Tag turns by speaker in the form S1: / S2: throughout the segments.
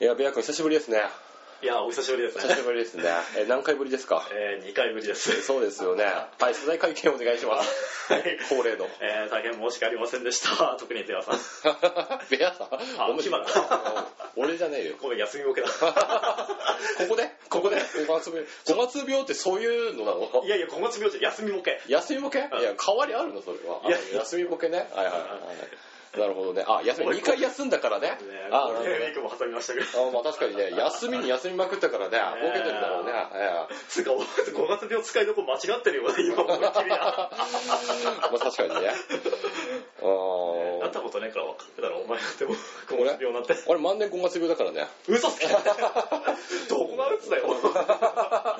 S1: いや、ベア君久しぶりですね。
S2: いや、お久しぶりです
S1: 久し
S2: ね。
S1: ぶりですね。え、何回ぶりですか
S2: えー、2回ぶりです。
S1: そうですよね。はい、取材会見お願いし ます。
S2: はい
S1: 恒例の。
S2: えー、大変申し訳ありませんでした。特にゼアさん。
S1: ベアさん
S2: あ、
S1: おめで
S2: 暇だ
S1: うん俺じゃねえよ。
S2: ごめん、休みボ ケだ。
S1: ここでここで五月病。五月病ってそういうのなの
S2: いやいや、小松病じゃ休みボケ。
S1: 休みボケいや、代わりあるのそれは。
S2: いや
S1: あ休みボケね。はいはいはい。なるほどね。あ、休み、
S2: おい
S1: 2回休んだからね
S2: ね、。
S1: あ
S2: ゴール
S1: な
S2: デンウィ
S1: る
S2: ークも挟みましたけど。
S1: ほどねあまあ確かにね、休みに休みまくったからね、
S2: え
S1: ボケてるだろうね。ええ
S2: つうか、5月病使いどこ間違ってるよね、今思いっきりな。
S1: まあ確かにね。あ
S2: な
S1: あ
S2: っ。たことないから分かってたら、お前だってもう、小松病なん て。
S1: 俺万年5月病だからね。
S2: 嘘つけ どこが鬱だよ。
S1: だか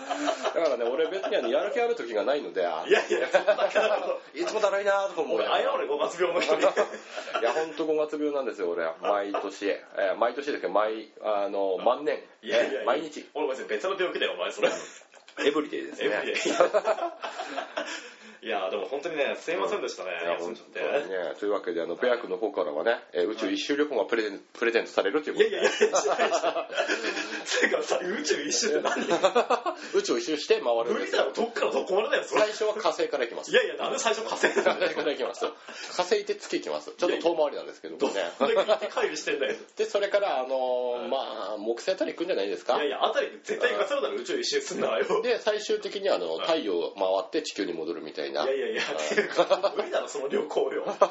S1: らね、俺別にあのやる気ある時がないので、
S2: いやいや、そんなからの。
S1: いつもだるいなーとか思う
S2: 俺、
S1: よ
S2: 謝れ、5月病の 人に。
S1: いや、ほんと5月病なんですよ、俺。毎年。えー毎年ですけど、毎、あの、万年。
S2: いやいや、
S1: 毎日。。
S2: 俺、別に別の病気だよ、お前、それ。
S1: エブリデイですね。
S2: エブリデイいや、でも本当にね、すいませんでしたね、
S1: いや
S2: 休
S1: 本
S2: んじゃっ
S1: 当
S2: て。
S1: にね、というわけで、あの、ベアクの方からはね、えー宇宙一周旅行がプレゼンプレゼントされるという
S2: い
S1: こと
S2: や
S1: で
S2: いやいや、しないしない。てかさ、宇宙一周って何
S1: 宇宙一周して回るん
S2: 無
S1: で
S2: 理
S1: す
S2: だろ、どっからどこまでだよ、それ。
S1: 最初は火星から行きます。
S2: いやいや、なんで最初稼いだ
S1: 火
S2: んだ
S1: 星
S2: よ。
S1: から行きます。火星行って月行きます。ちょっと遠回りなんですけど
S2: ど
S1: も
S2: ん
S1: ね。
S2: だけ行って帰りしてんだよ。
S1: で、それから、あのーまあ、木星あたり行くんじゃないです
S2: い
S1: か
S2: やいや、あたりで絶対行かせるだろ、宇宙一周すんならよ。
S1: で、最終的にあの、太陽を回って地球に戻るみたい
S2: い
S1: な。
S2: やいやいや、ていうか無理だろ、その旅行よ。どんだ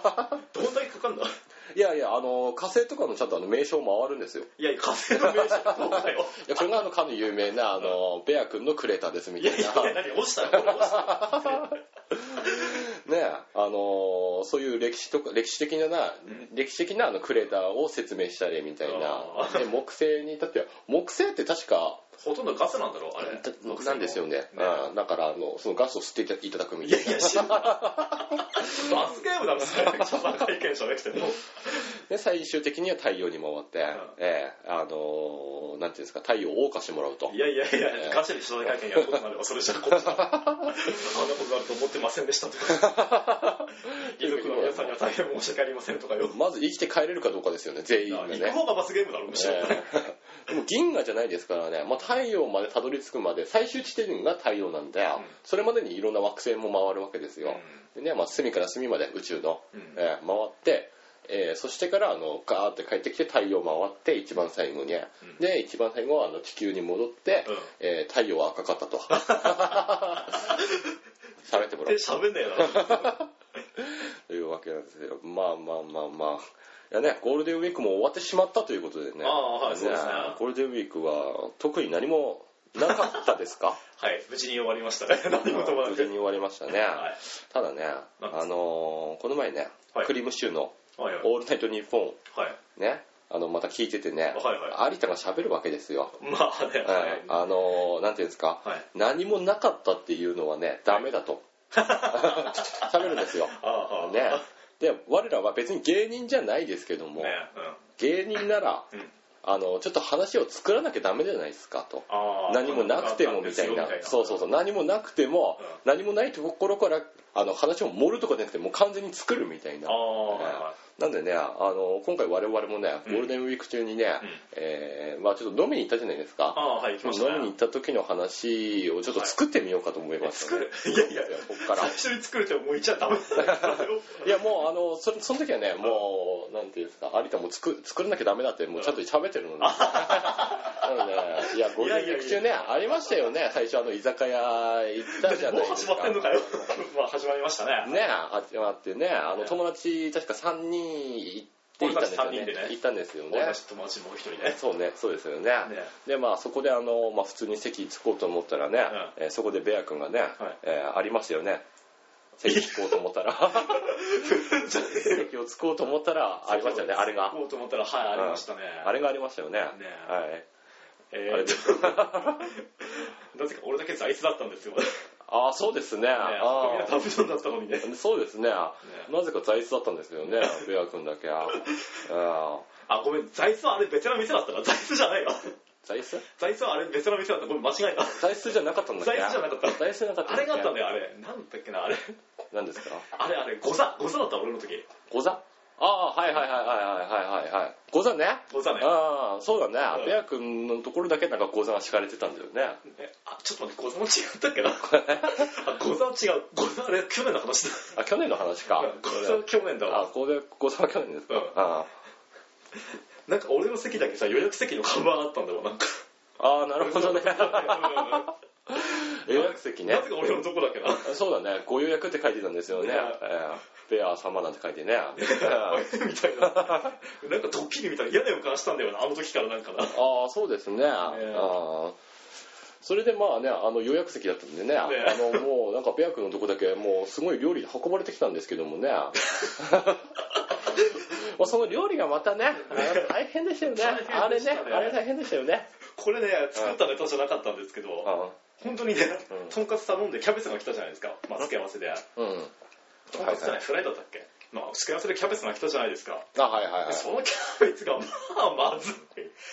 S2: けかかんだ
S1: いやいや、あの、火星とかのちゃんとあの名称回るんですよ。
S2: いやいや、火星の名所どうだよ。
S1: いや、これがあの、かの有名な、あの、ベア君のクレーターですみ
S2: い
S1: たい
S2: やいや、
S1: な。ね
S2: 何、落ちたよ、これ落ちたよ。
S1: あの、そういう歴史とか、歴史的なな、歴史的なあのクレーターを説明したりみたい
S2: あ
S1: な。で、木星に至っては、木星って確か、
S2: ほとんどガスなんだろ、あれ。
S1: なんですよね。うんだから、あの、そのガスを吸っていたいただくみ
S2: い
S1: た
S2: や
S1: い
S2: い
S1: な。
S2: や、知らん。罰ゲームだろ、それ。記者会見じゃなくても。
S1: で、最終的には太陽に回って、ええ、あの、なんていうんですか、太陽を謳歌してもらうと
S2: い。やいやいや、ガチで記者会見やることになれば、それじゃこっちだ。あんなことがあると思ってませんでしたとか。遺族の皆さんには大変申し訳ありませんとかよ。
S1: まず生きて帰れるかどうかですよね、全員が
S2: 行
S1: ね。
S2: く方が罰ゲームだろ、むしろ。
S1: えーでも銀河じゃないですからね、まあ、太陽までたどり着くまで最終地点が太陽なんで、それまでにいろんな惑星も回るわけですよ、でね、まあ、隅から隅まで宇宙の、
S2: うん
S1: えー回って、えーそしてからあのガーって帰ってきて太陽回って一番最後に、で一番最後はあの地球に戻って、
S2: うん
S1: えー太陽は赤かった と喋ってもらお
S2: で、
S1: う
S2: 喋んねえだろ。
S1: というわけなんですよまあまあまあまあいやねゴールデンウィークも終わってしまったということでね
S2: ああ、はい、そうですね。
S1: ねゴールデンウィークは特に何もなかったです か
S2: はい、無事に終わりましたね。何事もな
S1: 無事
S2: く
S1: に。終わりましたね、
S2: はい
S1: ただね
S2: なんです
S1: あのーこの前ね、
S2: はい
S1: クリームシチューの
S2: はい
S1: 「
S2: はい。
S1: オールナイトニッポ
S2: はい。
S1: ン」ねあのまた聞いててね、
S2: はいは
S1: 有田が喋るわけですよ、
S2: まあね、はい
S1: うん。あのーなんていうんですか、
S2: はい
S1: 何もなかったっていうのはねダメだ と喋るんですよ、
S2: ああ、ああ。
S1: ね、で我らは別に芸人じゃないですけども、
S2: ね、
S1: 芸人なら
S2: うん。うん。
S1: あのちょっと話を作らなきゃダメじゃないですかと
S2: ああ。
S1: 何もなくてもみたいなそうそうそう何もなくても
S2: うん
S1: 何もないところからあの話を盛るとかじゃなくてもう完全に作るみたいな
S2: ああ、はいはい。
S1: なんでねあの今回我々もね
S2: うん
S1: ゴールデンウィーク中にね、えーまあ、ちょっと飲みに行ったじゃないです
S2: あ
S1: か
S2: あ、はい、行きました
S1: 飲みに行
S2: ね
S1: っ。た時の話をちょっと作ってみようかと思います、
S2: 作るいやいや、
S1: こっから
S2: 最初に作るってもう言っちゃダメだよ。
S1: いやもうあのそその時はねもうなんていうんですか有田も作作らなきゃダメだってもうちゃんと喋ってるのでなのでいやゴールデンウィーク中ねありましたよね最初あの居酒屋行ったじゃ
S2: も
S1: な
S2: う
S1: いです
S2: 始
S1: か
S2: まってんのかよ。 まあ始まりましたね。
S1: ねあっちまってねあの
S2: ね
S1: 友達確か3人行って行ったんですよね
S2: 俺たち三人でね
S1: 行ったんですよね
S2: 俺たち友達もう一人ね。
S1: そうねそうですよねでまあそこであの、まあ、普通に席着こうと思ったらね、えーそこでベア君がね、えーありましたよね席着こうと思ったら 席を着こうと思ったらありましたよねあれが
S2: 行こうと思ったら、はい、ありましたね。
S1: あれがありましたよねはい
S2: え
S1: あれ
S2: ー
S1: で
S2: と、なぜか俺だけ在室だったんですよ。ね
S1: ああそうですね
S2: あそこみん
S1: あ
S2: なダブルだったのにね。
S1: ーそうですねなぜか座椅子だったんですよねベア君だけあー
S2: あ、ごめん、在室はあれ別の店だったな。在室じゃないわ。
S1: 座椅子
S2: 在室はあれ別の店だった。ごめん、間違えた。
S1: 座椅子じゃなかったんだっけ
S2: 座椅子じゃなかった
S1: 座椅子じゃなかった
S2: あれがあったん
S1: ね
S2: だよ、あれ。なんだっけな、あれ。
S1: 何ですか
S2: あれあれ、誤差、誤差だった俺の時。
S1: ご座ああー、はいはいはいはいはいはいはい。ござんね。
S2: ござね。
S1: ああ、そうだね。
S2: うん
S1: ベア君のところだけなんかござんは敷かれてたんだよね。
S2: えあ、ちょっと待って、ござも違ったっけど。あ、ござ違う。ござ、あれ、去年の話だ。
S1: あ、去年の話か。
S2: ござ、去年だ
S1: あ
S2: わ。、
S1: これ、ござんは去年ですか。
S2: うん
S1: あ
S2: なんか俺の席だけさ、予約席の看板あったんだわ、なんか。
S1: ああー、なるほ どね。予約席
S2: な
S1: ね
S2: ぜ。か俺のとこだけな。
S1: そうだね。ご予約って書いてたんですよね。
S2: ね
S1: ええベア様なんて書いて ね。
S2: あ
S1: あ
S2: れみたいな。なんかドッキリみたいな嫌な予感したんだよな、あの時からなんかな。
S1: あ、そうですね。ああそれでまあね、あの予約席だったんでね、あのもうなんかベア君のとこだけもうすごい料理で運ばれてきたんですけども ね。まあその料理がま たね、大変でしたよね。あれ
S2: 大変でし
S1: ね
S2: たね、
S1: あれ大変でしたよね。
S2: これね、作ったネタじゃなかったんですけど、本当にね
S1: うん、
S2: とんかつ頼んでキャベツが来たじゃないですか。まあ、付け合わせで。
S1: うん。
S2: とんかつじゃない、フライだったっけまあ、付け合わせでキャベツが来たじゃないですか。
S1: あ、はいはいはい
S2: で。そのキャベツが、まあ、まずい。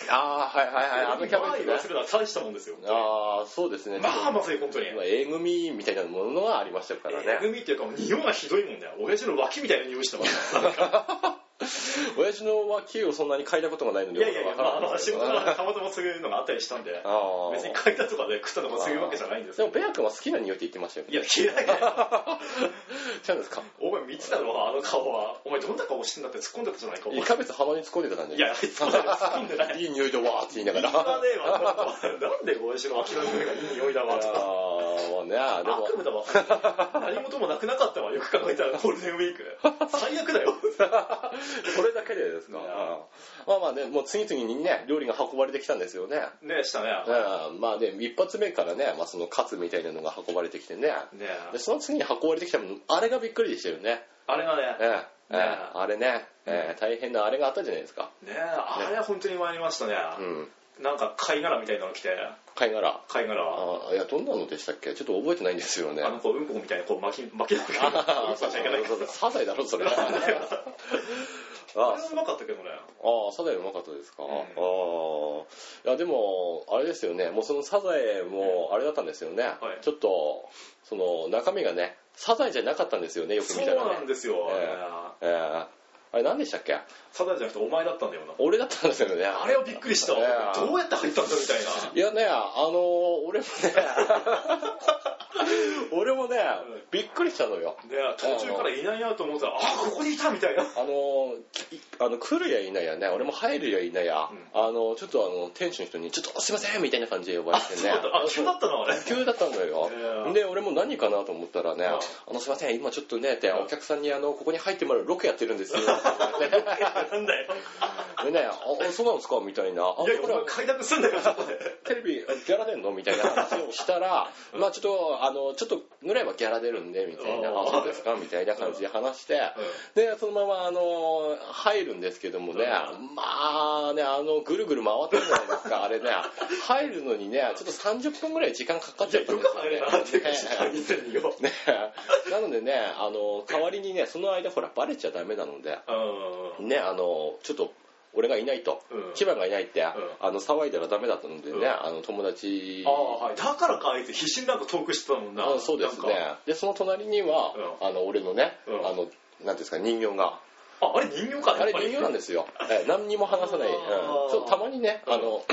S1: ああ、はいはいはい。あのキャベツ
S2: ま
S1: ね
S2: あ、忘。れたら大したもんですよ。
S1: ああ、そうですね。
S2: まあ、まずい、本当に。
S1: まあ、A 組みたいなものはありましたから
S2: え
S1: ね。
S2: ぐみっていうか、もう匂いがひどいもんだよ。親父の脇みたいな匂いしてます。なんか
S1: 親父の脇をそんなに嗅いだことがないの
S2: い
S1: で、
S2: やいやいや、まあ、あの、仕事
S1: あ
S2: がたまたまそういうのがあったりしたんで、
S1: あ
S2: 別に書いたとかで食ったとかそういうわけじゃないんです
S1: で
S2: よ。
S1: も、ベア君は好きな匂いって言ってましたよ
S2: い
S1: ね。
S2: や、嫌いだよ。
S1: 違うんですか
S2: お前見てたろ、あの顔は。お前どんな顔してんだって突っ込んでたじゃないか。お
S1: いや
S2: 前
S1: キャベツ鼻に突っ込んでた感じ
S2: いや、突っ込んでない突っ込んでない。
S1: いい匂いだわーって言いながら。
S2: 言わねえわなんで親父の脇の匂いがいい匂いだわ、とか。
S1: あーまあね、でも
S2: 悪、夢だわ。何事もなくなかったわ。よく考えたらゴールデンウィーク。最悪だよ。
S1: それだけでですか。
S2: いや
S1: うんまあまあね、もう次々にね、料理が運ばれてきたんですよね。
S2: ねえ、したね。
S1: うんまあね、一発目からね、まあそのカツみたいなのが運ばれてきてね。
S2: ね
S1: で
S2: え、
S1: その次に運ばれてきたものあれがびっくりでしたよね。
S2: あれがね、
S1: ええええ
S2: ね
S1: あれね、ええ大変なあれがあったじゃないですか。
S2: ねえ、あれは本当に参りましたね。
S1: うん。
S2: なんか貝殻みたいなの着て、
S1: 貝殻。
S2: 貝殻、
S1: あいや、どんなのでしたっけちょっと覚えてないんですよね。
S2: あの、こう、うんこみたいな、こう巻き、 巻きながら、
S1: あ
S2: うんこ
S1: そう
S2: し
S1: そ
S2: ちゃ
S1: う
S2: いけないか
S1: そう
S2: ら。
S1: サザエだろ、 それ。あ
S2: あ
S1: あ
S2: れはうまかったけどね。
S1: サザエうまかったですか。
S2: ん
S1: ああ。いや、でも、あれですよね。もうそのサザエも、あれだったんですよね。
S2: はい
S1: ちょっと、その、中身がね、サザエじゃなかったんですよね、よく
S2: そう
S1: 見たら
S2: なん
S1: ね。
S2: ですよ。
S1: えええあれ、何でしたっけ
S2: サザエじゃなくてお前だったんだよな。
S1: 俺だったんですよね。
S2: あれはびっくりした。
S1: ええ
S2: どうやって入ったんだみたいな。
S1: いやね、あの俺 もね、俺もね、びっくりしたのよ。
S2: で、途中からいないなと思ったら、あ、ここにいたみたいな。
S1: あのきあの来るやいないやね、俺も入るやいないや、
S2: うん
S1: あのちょっとあの店主の人に、ちょっとすいませんみたいな感じで呼ばれて
S2: そう
S1: ね
S2: だった。 あ、、急だったな、あれ。
S1: 急だったのよ。
S2: ええ
S1: で、俺も何かなと思ったらね、
S2: うん
S1: あのすいません、今ちょっとね、ってお客さんにあのここに入ってもらうロケやってるん ですよ。
S2: なんだよ。
S1: でね、あそうなんですかみたいな。あ
S2: いやいや、
S1: こ
S2: お
S1: れは
S2: 前快諾すんだよ、そこで。
S1: テレビギャラ出んのみたいな話をしたら、まあちょっと、あの、ちょっとぐらいはギャラ出るんで、みたいな、
S2: あー
S1: あそうですかみたいな感じで話して、で、そのまま、あの、入るんですけどもね、
S2: うん
S1: まあね、あの、ぐるぐる回ってるじゃないです か、あれね、入るのにね、ちょっと30分ぐらい時間かかっ
S2: い
S1: ち
S2: や、
S1: ゃったん
S2: よ
S1: です
S2: く入れたな、って
S1: よ
S2: いうか、2002よ。
S1: ね。ねなのでね、あの、代わりにね、その間、ほら、バレちゃダメなので、
S2: うん。
S1: ね、あの、ちょっと、俺がいないと、
S2: うん
S1: 千葉がいないって、あの、騒いだらダメだったのでね、
S2: うん
S1: あの、友達
S2: ああ、はい。だからか、あいつ必死になんかトークしてたもんな。
S1: うんそうです
S2: なんか。
S1: ねでその隣には、
S2: う
S1: あの俺のね、
S2: うん
S1: あのなんていうんですか人形が
S2: あ、あれ人形か、
S1: あれ人形なん
S2: で
S1: ですよ、ええ何にも話さない、
S2: あ
S1: うん
S2: ー
S1: そうたまにねあの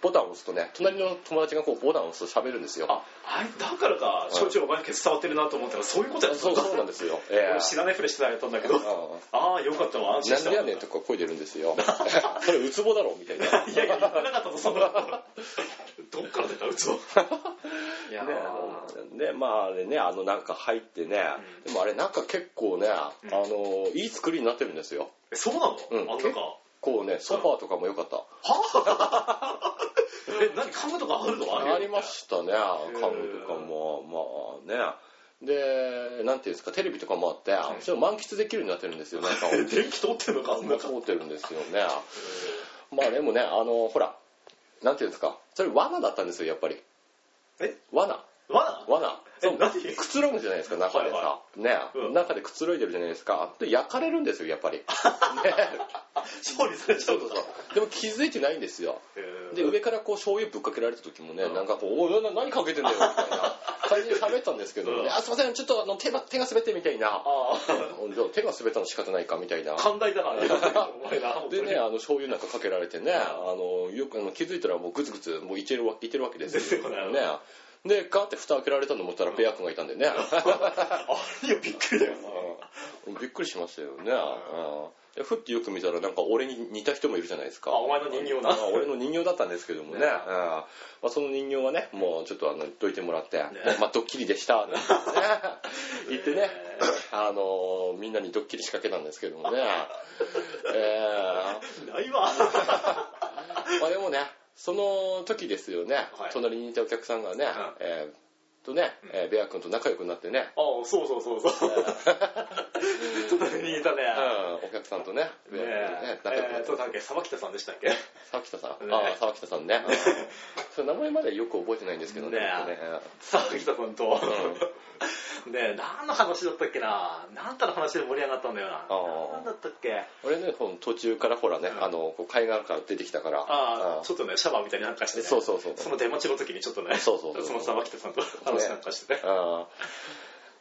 S1: ボタンを押すとね隣の友達がこうボタンを押すと喋るんですよ
S2: あ、あれだからか、
S1: ん
S2: しょっちゅうお前け伝わってるなと思ったら、そういうことやった。
S1: そうそうなんですすよ、ええ
S2: 俺知らないふりしてたやったんだけど。ああ、よかったわ、
S1: うん
S2: 安心し
S1: なん
S2: た。
S1: でやねんとか声出るん ですよそれウツボだろみたい ない
S2: やいや、言ってなかったと、そんなこと。どっから出た、うつを。いや
S1: ね、でまああれねあのなんか入ってね、でもあれなんか結構ね、
S2: ん
S1: あのいい作りになってるんですよ
S2: えそうなの
S1: うん
S2: あんな
S1: 結
S2: か。
S1: こうねソファーとかも良かった、
S2: え、何、家具とかあるの
S1: ありましたね家具とかもまあねでなんていうんですかテレビとかもあって
S2: ん
S1: ちょっと満喫できるようになってるんですよなんか
S2: え 電気通ってんのか、あんなか。
S1: 通ってるんですよねまあでもねあのほらなんていうんですかそれ罠だったんですよやっぱり
S2: え
S1: 罠
S2: 罠
S1: 罠そう
S2: 何
S1: くつろぐじゃないですか中でさ、
S2: はいは
S1: ね、
S2: うん
S1: 中でくつろいでるじゃないですかで焼かれるんですよやっぱ り、ね、
S2: 勝利されちゃ
S1: そううそ
S2: と
S1: うそうでも気づいてないんですよで上からこう醤油ぶっかけられた時もね、
S2: うん
S1: なんかこう「おいな何かけてんだよ」みたい な感じで喋ったんですけど、
S2: うん
S1: ねあすいませんちょっとあの手が手が滑ってみたいな
S2: ああ
S1: じゃあ手が滑ったの仕方ないかみたいな
S2: 寛大だな、 お前な、本当
S1: で
S2: に
S1: ね、あの醤油なんかかけられてね、あのよくあの気づいたらもうグツグツもういてるわいてるわけですよ
S2: ですよね
S1: ねでガーって蓋開けられたの思ったらペア君がいたんでね、
S2: あいや、びっくりだよな。
S1: うんびっくりしましたよね、うんでふってよく見たらなんか俺に似た人もいるじゃないですか
S2: あお前の人 形な
S1: あ俺の人形だったんですけどもね
S2: ね
S1: うんまあ、その人形はねもうちょっとあのどいてもらって、まあドッキリでしたな んてね言ってね
S2: ね
S1: あのみんなにドッキリ仕掛けたんですけども ねえー
S2: ないわ。
S1: まあでもね、その時ですよね、
S2: はい
S1: 隣にいたお客さんがね、
S2: ん
S1: えーっとね、えーベア君と仲良くなってね、
S2: ああ、そうそうそうそう。隣にいたね。
S1: うんお客さんとね、ベ
S2: ね
S1: ア君とね仲
S2: え、
S1: 良く
S2: え
S1: な
S2: ー
S1: っ
S2: と、
S1: て、
S2: なんだっけ、沢北さんでしたっけね
S1: 沢北さん、
S2: ね
S1: ああ、沢北さんね、 うんその名前までよく覚えてないんですけどね、
S2: ね
S1: 僕ね
S2: 沢北さんと、ねえ、何の話だったっけな。何かの話で盛り上がったんだよな。
S1: ああ
S2: 何だったっけ。
S1: 俺ね、この途中からほらね、
S2: うん
S1: あのこう海岸から出てきたから、
S2: あ
S1: う
S2: あ、
S1: ん
S2: ちょっとね、シャワーみたいになんかしてね。
S1: そうそうそう。
S2: その出待ちの時にちょっとね、
S1: そうそうそう
S2: の沢北さんと話なんかしてね。
S1: あー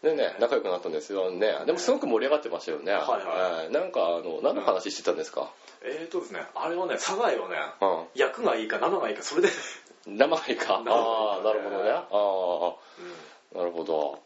S1: でね、仲良くなったんですよね。でもすごく盛り上がってましたよね。
S2: はいは
S1: えーなんか、あの、何の話してたんですか、
S2: えーとですね、あれはね、佐賀をね、
S1: うん
S2: 役がいいか生がいいか、それで、
S1: 生がいいか。
S2: 生がいいかね
S1: ああ、なるほどね。ああ、なるほど。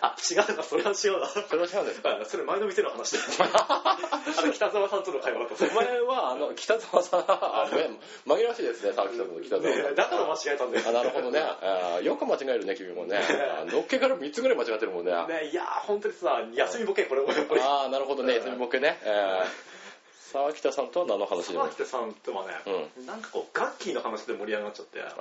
S2: あ、違うな、それは違うな。
S1: それは違うんですか
S2: あそれ前の店 の話だあの北沢さんとの会話だったそれ
S1: お前は、あの、北沢さん、あごめん紛らわしいですね、沢木さんの北沢さ
S2: ね
S1: ん。
S2: だから間違えたんだよ
S1: あなるほどね。あーよく間違えるね、君も ね。あのっけから3つぐらい間違ってるもんね。あ
S2: ねいやー本当にさ休みボケこれもやっぱり
S1: あ、なるほどね。休みボケね。えー沢北さんとは何の話じゃな
S2: 沢
S1: い
S2: 北さんとはね、なんかこうガッキーの話で盛り上がっちゃって
S1: ああ、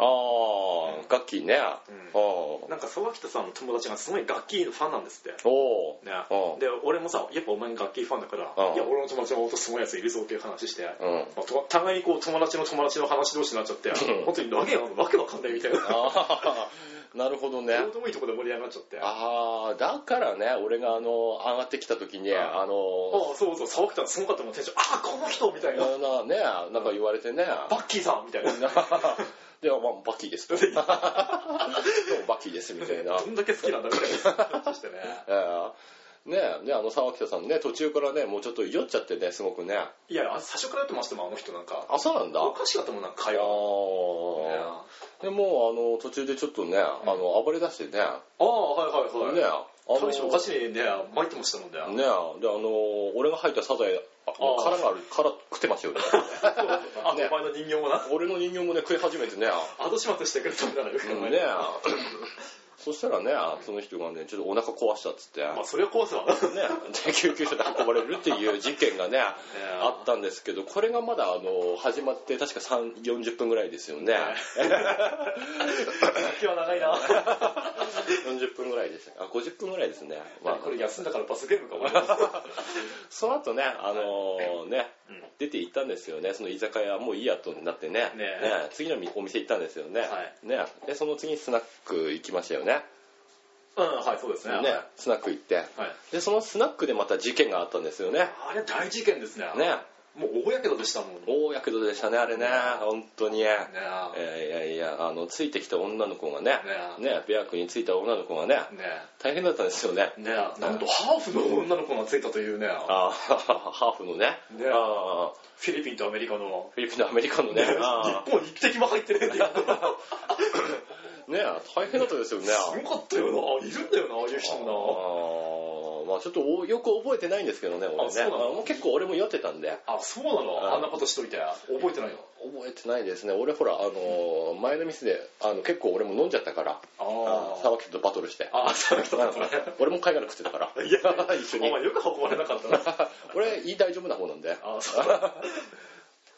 S1: ガッキーね。あーお
S2: なんか沢北さんの友達がすごいガッキーのファンなんですって
S1: お
S2: ね
S1: うん
S2: で俺もさやっぱお前ガッキーファンだから、
S1: うん
S2: いや俺の友達も本当すごいやついるぞっていう話して、
S1: うん
S2: まあと互いにこう友達の友達の話同士になっちゃって、
S1: うん
S2: 本当にわけわわけわかんないみたいなど
S1: ああ、 なるほどね。
S2: うでもいいとこで盛り上がっちゃってあ
S1: ああ、だからね、俺があの、上がってきた時に、
S2: うん
S1: あの、
S2: あそうそう沢北すごかったもんテンションああこの人みたいな
S1: ななね、なんか言われてね。
S2: バッキーさんみたいな。
S1: で、まあ、バッキーですと。どうもバッキーです、みたいな。
S2: どんだけ好きなんだみたいな話してね。
S1: えーねねあの、沢北さんね、途中からね、もうちょっと酔っちゃってね、すごくね。
S2: いや、あ最初からやってましたもん、あの人なんか。
S1: あ、そうなんだ。
S2: お
S1: あ
S2: かしかったもん、なんか
S1: あ
S2: 会話。
S1: ー。
S2: あ
S1: でもう、あの、途中でちょっとね、あの、暴れ出してね。ね
S2: あ、はいはいはい。
S1: あの
S2: 大将おかしいね、巻いてましたもんね。
S1: ねで、あの、俺が入ったサザエ、あ
S2: あー
S1: 殻がある、殻食ってましたよね。
S2: あ、お
S1: ね
S2: 前の人形もな。
S1: 俺の人形もね、食い始めてね。
S2: 後始末してくれたんだな、よく考
S1: ね
S2: え て。
S1: そしたらね、その人がね、ちょっとお腹壊したっつって、
S2: まあ、それは怖さは。
S1: ね、で救急車で運ばれるっていう事件がね、あ
S2: あ
S1: ったんですけど、これがまだあの始まって確か3 40分ぐらいですよね。
S2: 今日は長い な。
S1: 40分ぐらいです。あ、50分ぐらいですね。まあ
S2: これ休んだから罰ゲームか、お前。あ
S1: その後ね、あのーね
S2: うん、
S1: 出て行ったんですよね。その居酒屋もういいやとなってね。
S2: ね
S1: 次のお店行ったんですよね。
S2: は
S1: ねで、その次にスナック行きましたよね。
S2: うん、はい、そうですね。
S1: ねスナック行って。
S2: はい。
S1: で、そのスナックでまた事件があったんですよね。
S2: あれ大事件ですね。
S1: ね
S2: もう大やけどでしたもん。ね
S1: 大やけどでしたね、あれね。本当に。
S2: え。ね
S1: えーいやいや、あの、ついてきた女の子がね、
S2: え。ね
S1: ね、ベア君についた女の子がね、大変だったんですよね。
S2: え。ねえ。なんと、ハーフの女の子がついたというね。
S1: あーハーフのね、
S2: ね
S1: あー
S2: フィリピンとアメリカの
S1: フィリピンのアメリカのね
S2: ね、 日
S1: あ
S2: 本一滴も入ってねえってやつ
S1: ーね、大変だったですよね。
S2: すごかったよな。いるんだよな、ああいう人も
S1: あーまあちょっとおよく覚えてないんですけどね、俺
S2: あそう
S1: ね。
S2: なの
S1: あもう結構俺も酔ってたんで。
S2: な。あ、そうなのあんなことしといて。覚えてないの。
S1: 覚えてないですね。俺ほら、あのー、前の店で、あの、結構俺も飲んじゃったから、あー
S2: あ
S1: 沢木とバトルして。
S2: あ。あ、そういう人だったね。
S1: 俺も貝殻食ってたから。
S2: いや、
S1: 一緒
S2: お
S1: に
S2: 前。よく運ばれなかったな。
S1: 俺、いい大丈夫な方なんで。
S2: あ、そう。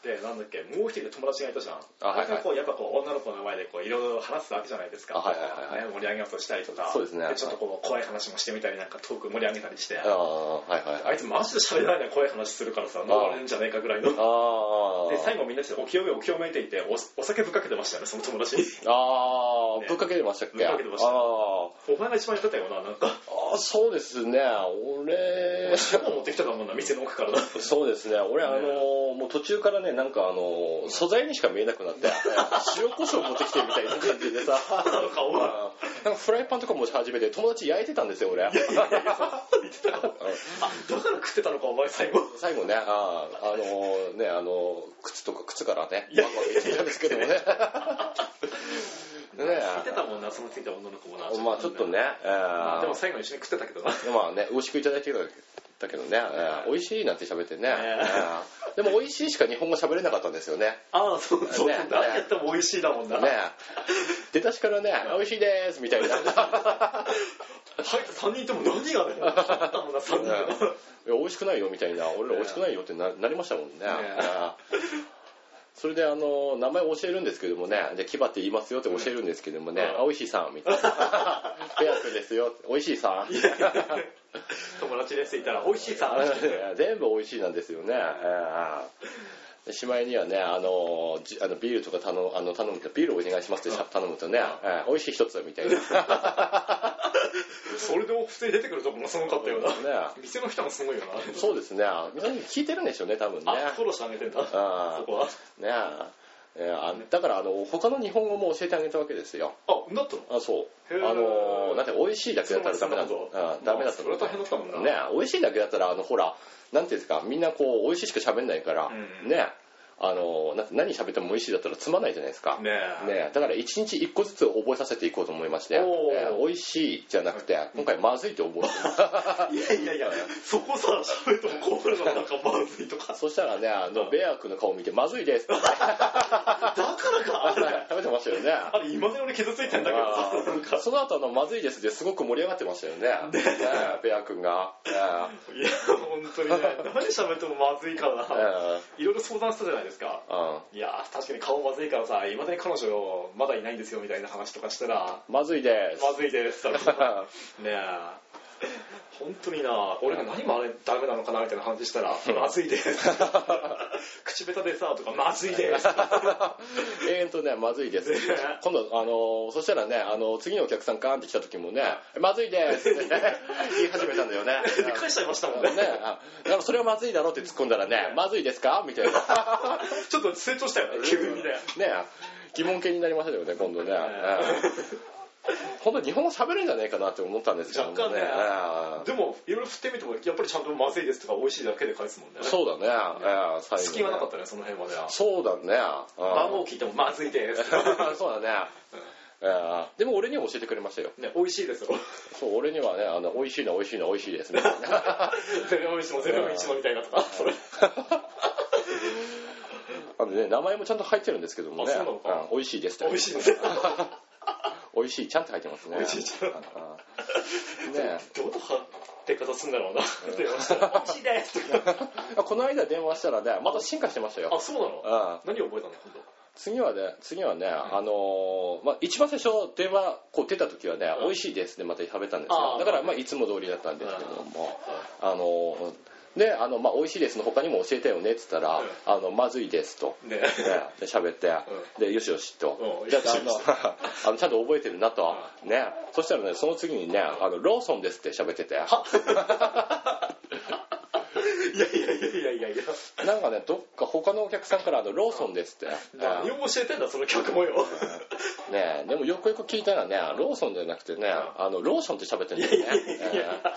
S2: で、なんだっけ、もう一人友達がいたじゃん。
S1: あはいはい
S2: こうやっぱこう、女の子の前でこう、いろいろ話すわけじゃないですか。
S1: あはいはいはい
S2: ね盛り上げようとしたりとか。
S1: そうですね
S2: ちょっとこう、怖い話もしてみたり、なんかトーク盛り上げたりして。
S1: ああ、はいはい
S2: あ
S1: はいい。
S2: つマジで喋らないね、怖い話するからさ、
S1: ー
S2: 飲まれるんじゃねえかぐらいの。で、
S1: ああ。
S2: 最後みんなして、お清めお清めって言って、おお酒ぶっかけてましたよね、その友達に。
S1: ああ、
S2: ね
S1: ぶっかけてましたっけ
S2: ぶっかけてました
S1: ああ。
S2: お前が一番やってたよな、な んか。
S1: ああ、そうですね。俺、
S2: シャワー持ってきたかもんな、店の奥 からな。
S1: そうですね。俺、あの
S2: ね
S1: もう途中からね、なんかあの素材にしか見えなくなって、 塩コショウ持ってきてるみたいな感じで さ、
S2: なの顔は。
S1: なんかフライパンとか持ち始めて、友達焼いてたんですよ、俺。
S2: あ、だから食ってたのか、お前最後。
S1: 最後ね、あーあのね、あの靴とか靴からね、ワンワン言ってたんですけどもね。ね
S2: 聞いてたもんな、そのついた女の子もな。
S1: まあちょっとね、え
S2: まあ。
S1: ー
S2: でも最後一緒に食ってたけど な。
S1: まあね、美味しくいただいてたけどね、えー美味しいなんて喋ってね、えーでも美味しいしか日本語喋れなかったんですよね。
S2: ああ、そう、そう、
S1: ね
S2: 何やっても美味しいだもんな。
S1: ね出だしからね、美味しいですみたいな。
S2: 入った3人とも何がね、あったもんな、3人
S1: ね
S2: とも。
S1: いや美味しくないよみたいな俺ら美味しくないよってななりましたもんねあーそれであの名前を教えるんですけどもねで牙って言いますよって教えるんですけどもね
S2: うん
S1: 「あ美味しいさん」み たいな「ペアクですよ」美味しいさん」
S2: 友達です、いたら、美味しいさ。
S1: 全部美味しいなんですよねあーでしまいにはねあのじあのビールとか頼あの頼むとビールお願いしますってしゃ頼むとね「えー美味しい一つ」み たいな
S2: それでも普通に出てくるとこもすごかったよな。
S1: ね
S2: 店の人もすごいよな。
S1: そうですね皆さん聞いてるんでしょうね多分ね
S2: あ、フォローしてあげてんだ。そ
S1: あー
S2: こは。
S1: ねええーあだからあの他の日本語も教えてあげたわけですよ
S2: あ、なったの
S1: あそう
S2: へー
S1: あのーだって美味しいだけだったらダメだ
S2: そう
S1: と
S2: そう
S1: ダメだと
S2: それは大変だったもんな。
S1: ね美味しいだけだったらあのほらなんていうんですかみんなこう美味しいしか喋んないから、
S2: うん
S1: ねあのーなんて何喋っても美味しいだったらつまんないじゃないですか
S2: ね
S1: ねだから1日1個ずつ覚えさせていこうと思いまして、
S2: おー
S1: えー美味しいじゃなくて今回まずいと 覚えて
S2: いやいやいや、そこさ、喋ってもこうなるのなんかまずいとか。
S1: そしたらねあのベア君の顔見てまずいですって
S2: だからか、あれ。
S1: 食べてましたよね
S2: あれ、今で俺傷ついてんだけどさ、なんか。
S1: その後あのまずいですですごく盛り上がってましたよね。ねえペア君が。ね
S2: いや、本当にね、 何喋ってもまずいから
S1: え
S2: な。いろいろ相談したじゃないです
S1: う
S2: か。
S1: ん
S2: いやー、確かに顔まずいからさ、いまだに彼女まだいないんですよみたいな話とかしたら、
S1: まずいです。
S2: まずいで す、ねえ。本当にな、俺が何もあれダメなのかなみたいな話したら、まずい です。口下手でさ、とか、まずいです。
S1: 永遠とね、まずいです。今度、あの、そしたらね、あの、次のお客さんガーンって来た時もね、まずいですってね、 言い始めたんだよ ね。
S2: で返しちゃいましたもん
S1: ね
S2: ね。
S1: あだからそれはまずいだろって突っ込んだらね、まずいですかみたい な。
S2: ちょっと成長したよね、急にね。
S1: ね疑問形になりましたよね、今度ね。本当日本語喋るんじゃないかなって思ったんですけどもね。
S2: 若干ね
S1: ええ
S2: でも、いろいろ振ってみても、やっぱりちゃんとまずいですとか、美味しいだけで返すもんね。
S1: そうだね。ええ最後ね
S2: 隙間なかったね、その辺までは。
S1: そうだね。
S2: 番
S1: あ
S2: 号聞いても、まずいです。
S1: あ そうだね。ああでも俺には教えてくれましたよ。
S2: ね、美味しい ですよ。
S1: そう、俺にはね、あの、美味しいの美味しいの美味しいです みたいな。
S2: ゼロ飯もゼロ飯もみたいなとか、それ。
S1: あのね、名前もちゃんと入ってるんですけどもね。
S2: あそうなのか
S1: うん美味しいですって
S2: 美味しいです。
S1: 美味しいちゃんって入ってますね。
S2: 美味しいちゃん
S1: ああね
S2: どうって方すんだろう な。電話したら。美味しいですとか。
S1: あこの間電話したらね、また進化してましたよ。
S2: あ、そうなの
S1: うん
S2: 何を覚えたの今度。
S1: 次はね、次はね、あのーまあ、一番最初電話こう出た時はね、
S2: うん
S1: 美味しいですね、また食べたんです
S2: あ
S1: よ。
S2: ー
S1: だから、まあ、いつも通りだったんですけども、あのーで、あの、まあ、美味しいですの他にも教えたよねって言ったら、
S2: うん
S1: あの、まずいですと。
S2: ね。
S1: ねで、喋って、で、よしよしと
S2: う。ん
S1: じゃあ、
S2: よ
S1: あ
S2: しよし
S1: の、あ のちゃんと覚えてるなと。ね。そしたらね、その次にね、あの、ローソンですって喋ってて。
S2: いやいやいやいやいやいや。
S1: なんかね、どっか他のお客さんから、あの、ローソンですって。
S2: 何を教えてんだ、その客もよ。
S1: ねでもよくよく聞いたらね、ローソンじゃなくてね、あの、ローションって喋ってるんですよね。
S2: いや
S1: え、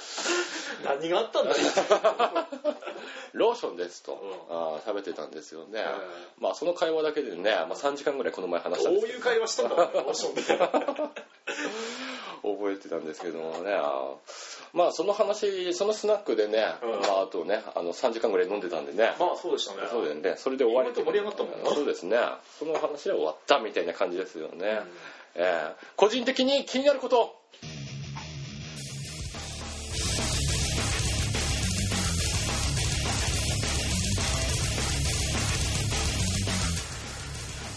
S2: 何があったんだ、
S1: ーローションですと
S2: う
S1: あー喋ってたんですよね
S2: う。
S1: まあ、その会話だけでね、まあ、3時間ぐらいこの前話した
S2: ど
S1: ん
S2: う
S1: ですけ
S2: いう会話したんだろうね、ローションで。
S1: ど、覚えてたんですけどもね。あーまあ、その話、そのスナックでね、
S2: うん
S1: まあ、あとね、あの、3時間ぐらい飲んでたんでね。
S2: まあ、そうでしたね。
S1: そうだよね。それで終わり。
S2: 意外と盛り上がったもんな
S1: そうですね。その話で終わったみたいな感じですよね。えー個人的に気になること。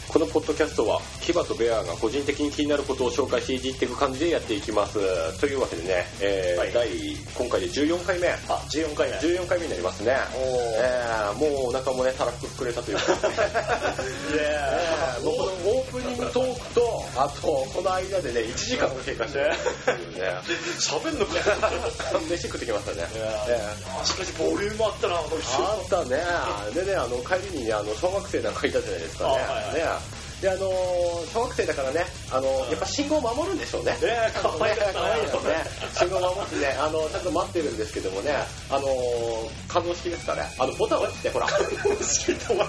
S1: このポッドキャストはキバとベアが個人的に気になることを紹介していじっていく感じでやっていきますというわけでね、えー
S2: はい
S1: 第今回で14回目
S2: あ14回目
S1: 14回目になりますね
S2: お
S1: えーもうお腹もねたらふく膨れたとい うか、
S2: ーイエ
S1: えーもうこのオープニングトークとあとこの間でね1時間が経過してるっていうね
S2: ーイ喋んのかよ
S1: 飯食ってきましたね
S2: いやー
S1: えー
S2: あしかしボリュームあったなあの人
S1: あったね。でね、あの、帰りにね、あの、小学生なんかいたじゃないですかね。
S2: あはいはい
S1: ねで、あのー小学生だからね、あのー
S2: うん
S1: やっぱ信号守るんでしょうね。
S2: ねえかわいかった
S1: 可 愛いですね。信号守ってね、あの、ちゃんと待ってるんですけどもね、あのー可動式ですかね。あの、ボタンを押して、ほら。ありましたよ。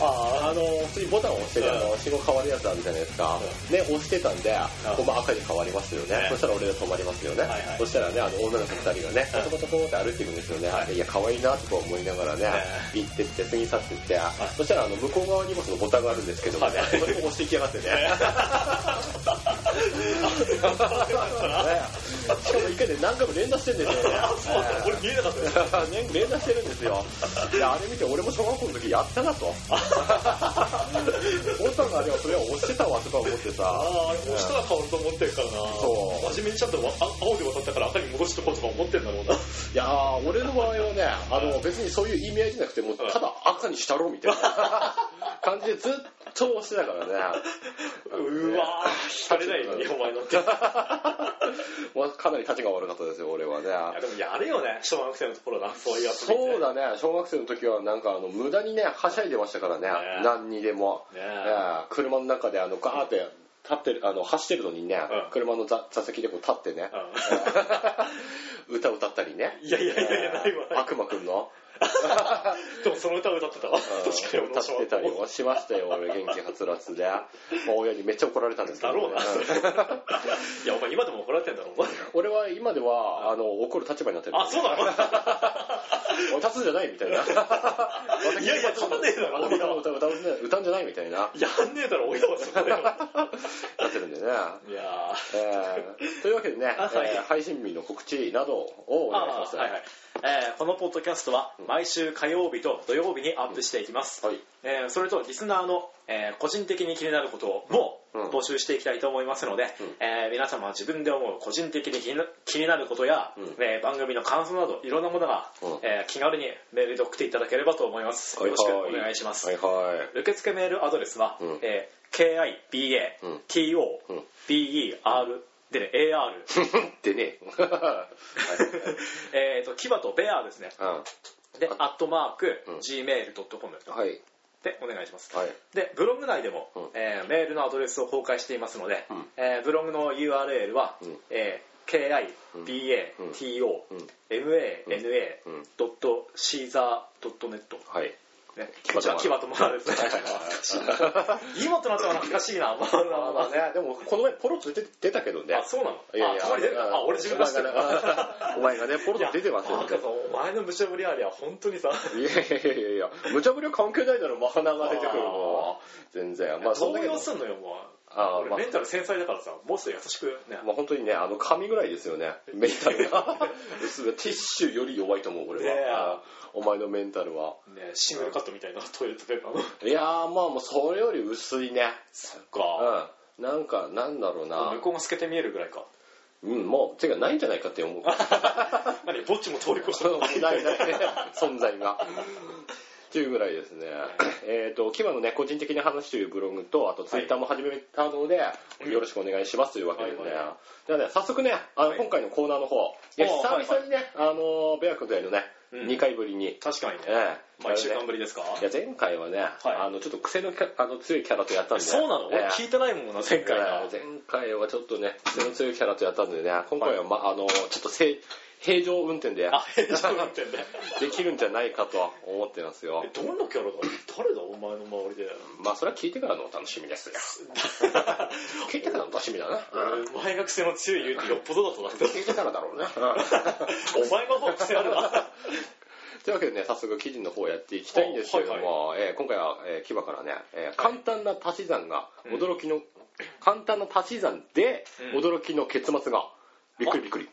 S1: ああのー普通にボタンを押してね、あの、信号変わるやつあるじゃないですか。ね、押してたんで、ここも赤に変わりますよね
S2: ね。
S1: そしたら俺が止まりますよね。
S2: はいはい
S1: そしたらね、あの、女の子二人がね、トコトコって歩いていくんですよね。
S2: はい
S1: いや、可愛いなとか思いながらね、行ってって、過ぎ去ってって、そしたら、あの、向こう側にもそのボタンがあるんですけどもね
S2: はい、
S1: それを押してきやがってね。 しかも一回で何回も連打してるんですよね。
S2: 俺見えなかったよ
S1: ね連打してるんですよいやあれ見て俺も小学校の時やったなと お父さんがでもそれを押してたわとか思って
S2: あ
S1: さ
S2: ああれ押したら変わると思ってるからな
S1: そう
S2: 真面目にちゃんとわあ青で渡ったから赤に戻しとこうとか思ってんだろうない
S1: やー俺の場合はねあの別にそういう意味合いじゃなくてもうただ赤にしたろうみ たいな感じでずっと押してたからね
S2: うわー引かれない日本前 乗って
S1: もうかなり立ちが悪かったですよ俺はね
S2: いやでもやるよね小学生のところなそういうやつ
S1: そうだね小学生の時はなんかあの無駄にねはしゃいでましたからね
S2: ね
S1: 何にでも
S2: ね
S1: ええ車の中であのガーって立ってるあの走ってるのにね、
S2: うん
S1: 車の座座席でこう立ってね、 歌歌ったりね
S2: いやいやいやいやないわ
S1: ええ悪魔くんの
S2: うんでもその歌を歌ってたわ確かに俺
S1: 歌っ
S2: の小
S1: て
S2: 学校
S1: たりもしましたよ俺元気はつらつで、まあ、親にめっちゃ怒られたんですけ
S2: だ
S1: ど、
S2: ろうな
S1: うん
S2: いやお前今でも怒られてんだろお前
S1: 俺は今ではあの怒る立場になってる
S2: あそう なの
S1: 俺立つんじゃないみたいな
S2: いやいやそんなねえだろ
S1: 私の歌歌うんじゃない歌うんじゃないみたいな
S2: やんねえだろ親はそこだよ
S1: なってるんでね
S2: いや
S1: え ーというわけでね、
S2: あはい
S1: えー配信日の告知などをお願いします。
S2: はいはいえーこのポッドキャストは毎週火曜日と土曜日にアップしていきます、
S1: はい
S2: えーそれとリスナーの、えー個人的に気になることをも
S1: うん
S2: 募集していきたいと思いますので、えー皆様は自分で思う個人的に気にな気になることや、
S1: うん
S2: えー番組の感想などいろんなものが、
S1: うん
S2: えー気軽にメールで送っていただければと思いますよろしくお願いします、
S1: はいはい。
S2: 受付メールアドレスは、
S1: うん
S2: えー
S1: うん
S2: KIBATOBER でね AR
S1: でね。 はい
S2: えっと、キバとベアですね。で、アットマーク
S1: うん、
S2: gmail.com
S1: うんはい。
S2: でお願いします。
S1: はい。
S2: で、ブログ内でも、
S1: うん
S2: えーメールのアドレスを公開していますので、
S1: うん
S2: えーブログの URL は、
S1: うん
S2: え
S1: うんうん
S2: KIBATOMANA.caesar.net、
S1: はい。
S2: ね、
S1: キ
S2: こ
S1: バ
S2: ち
S1: とマ
S2: ら
S1: ナ
S2: キバとマナですね。いいもんとなったら懐かしいな。まあまあま
S1: ま
S2: あ
S1: あね、でもこの前ポロッと出て出たけどね。
S2: あ、そうなの
S1: いやいや
S2: あ、たまに出る
S1: あの
S2: あ、俺自分出してる。
S1: お前がね、ポロッと出てますよ
S2: な
S1: ね
S2: ん。かさ、お前の無茶ぶりありゃ、本当にさ、
S1: いやいやいやいや、無茶ぶりは関係ないだろ、マナが出てくるのは。全然。まあ、そん
S2: 動
S1: だけど
S2: 揺すんのよ、もう。
S1: あー
S2: 俺
S1: まあ
S2: メンタル繊細だからさ、もうちょっと優しくね。
S1: まあ本当にね、あの紙ぐらいですよね、メンタル が。薄いティッシュより弱いと思う、俺
S2: ねえ
S1: は。うんお前のメンタルは。
S2: ね、シングルカットみたいなトイレットペーパーの。
S1: いやー、まあもうそれより薄いね。
S2: そっか。
S1: うん。なんか、なんだろうな
S2: 向。こうが透けて見えるぐらいか。
S1: うん、もう手がないんじゃないかって思う。
S2: 何ぼっちも通り越し
S1: その
S2: た。
S1: ないない存在が。っていうぐらいですね。えっと、キバのね、個人的な話というブログと、あとツイッターも始めたので、よろしくお願いしますというわけですね。
S2: はいは
S1: ではね、早速ね、あの、
S2: はい
S1: 今回のコーナーの方、いや
S2: おー
S1: 久々にね、あのー、ベア君とやるね、
S2: うん
S1: 2回ぶりに、
S2: 確かに
S1: え
S2: ね。
S1: え
S2: まあ、一週
S1: やるね
S2: 間ぶりですか。
S1: いや、前回はね、あの、ちょっと癖のキャあの強いキャラとやったんで。
S2: そうなの
S1: ええ
S2: 俺聞いてないもんな、前
S1: 前回
S2: 回な。
S1: はちょっとね癖の強いキャラとやったんでね今回は、まあのちょっとせい平常運転で
S2: あ、変なってんね。
S1: できるんじゃないかとは思ってますよ
S2: えどんなキャラだ誰だお前の周りで。
S1: まあそれは聞いてからのお楽しみですが 聞いてからのお楽しみだなうん
S2: お前が癖の強い言うってよっぽどだとなって。
S1: 聞いてからだろうね
S2: お前の方が癖あるな。
S1: というわけでね早速記事の方をやっていきたいんですけれども、えー今回は、えー、牙からね、えー簡単な足し算が驚きの、簡単な足し算で
S2: うん
S1: 驚きの結末がびっくりびっくり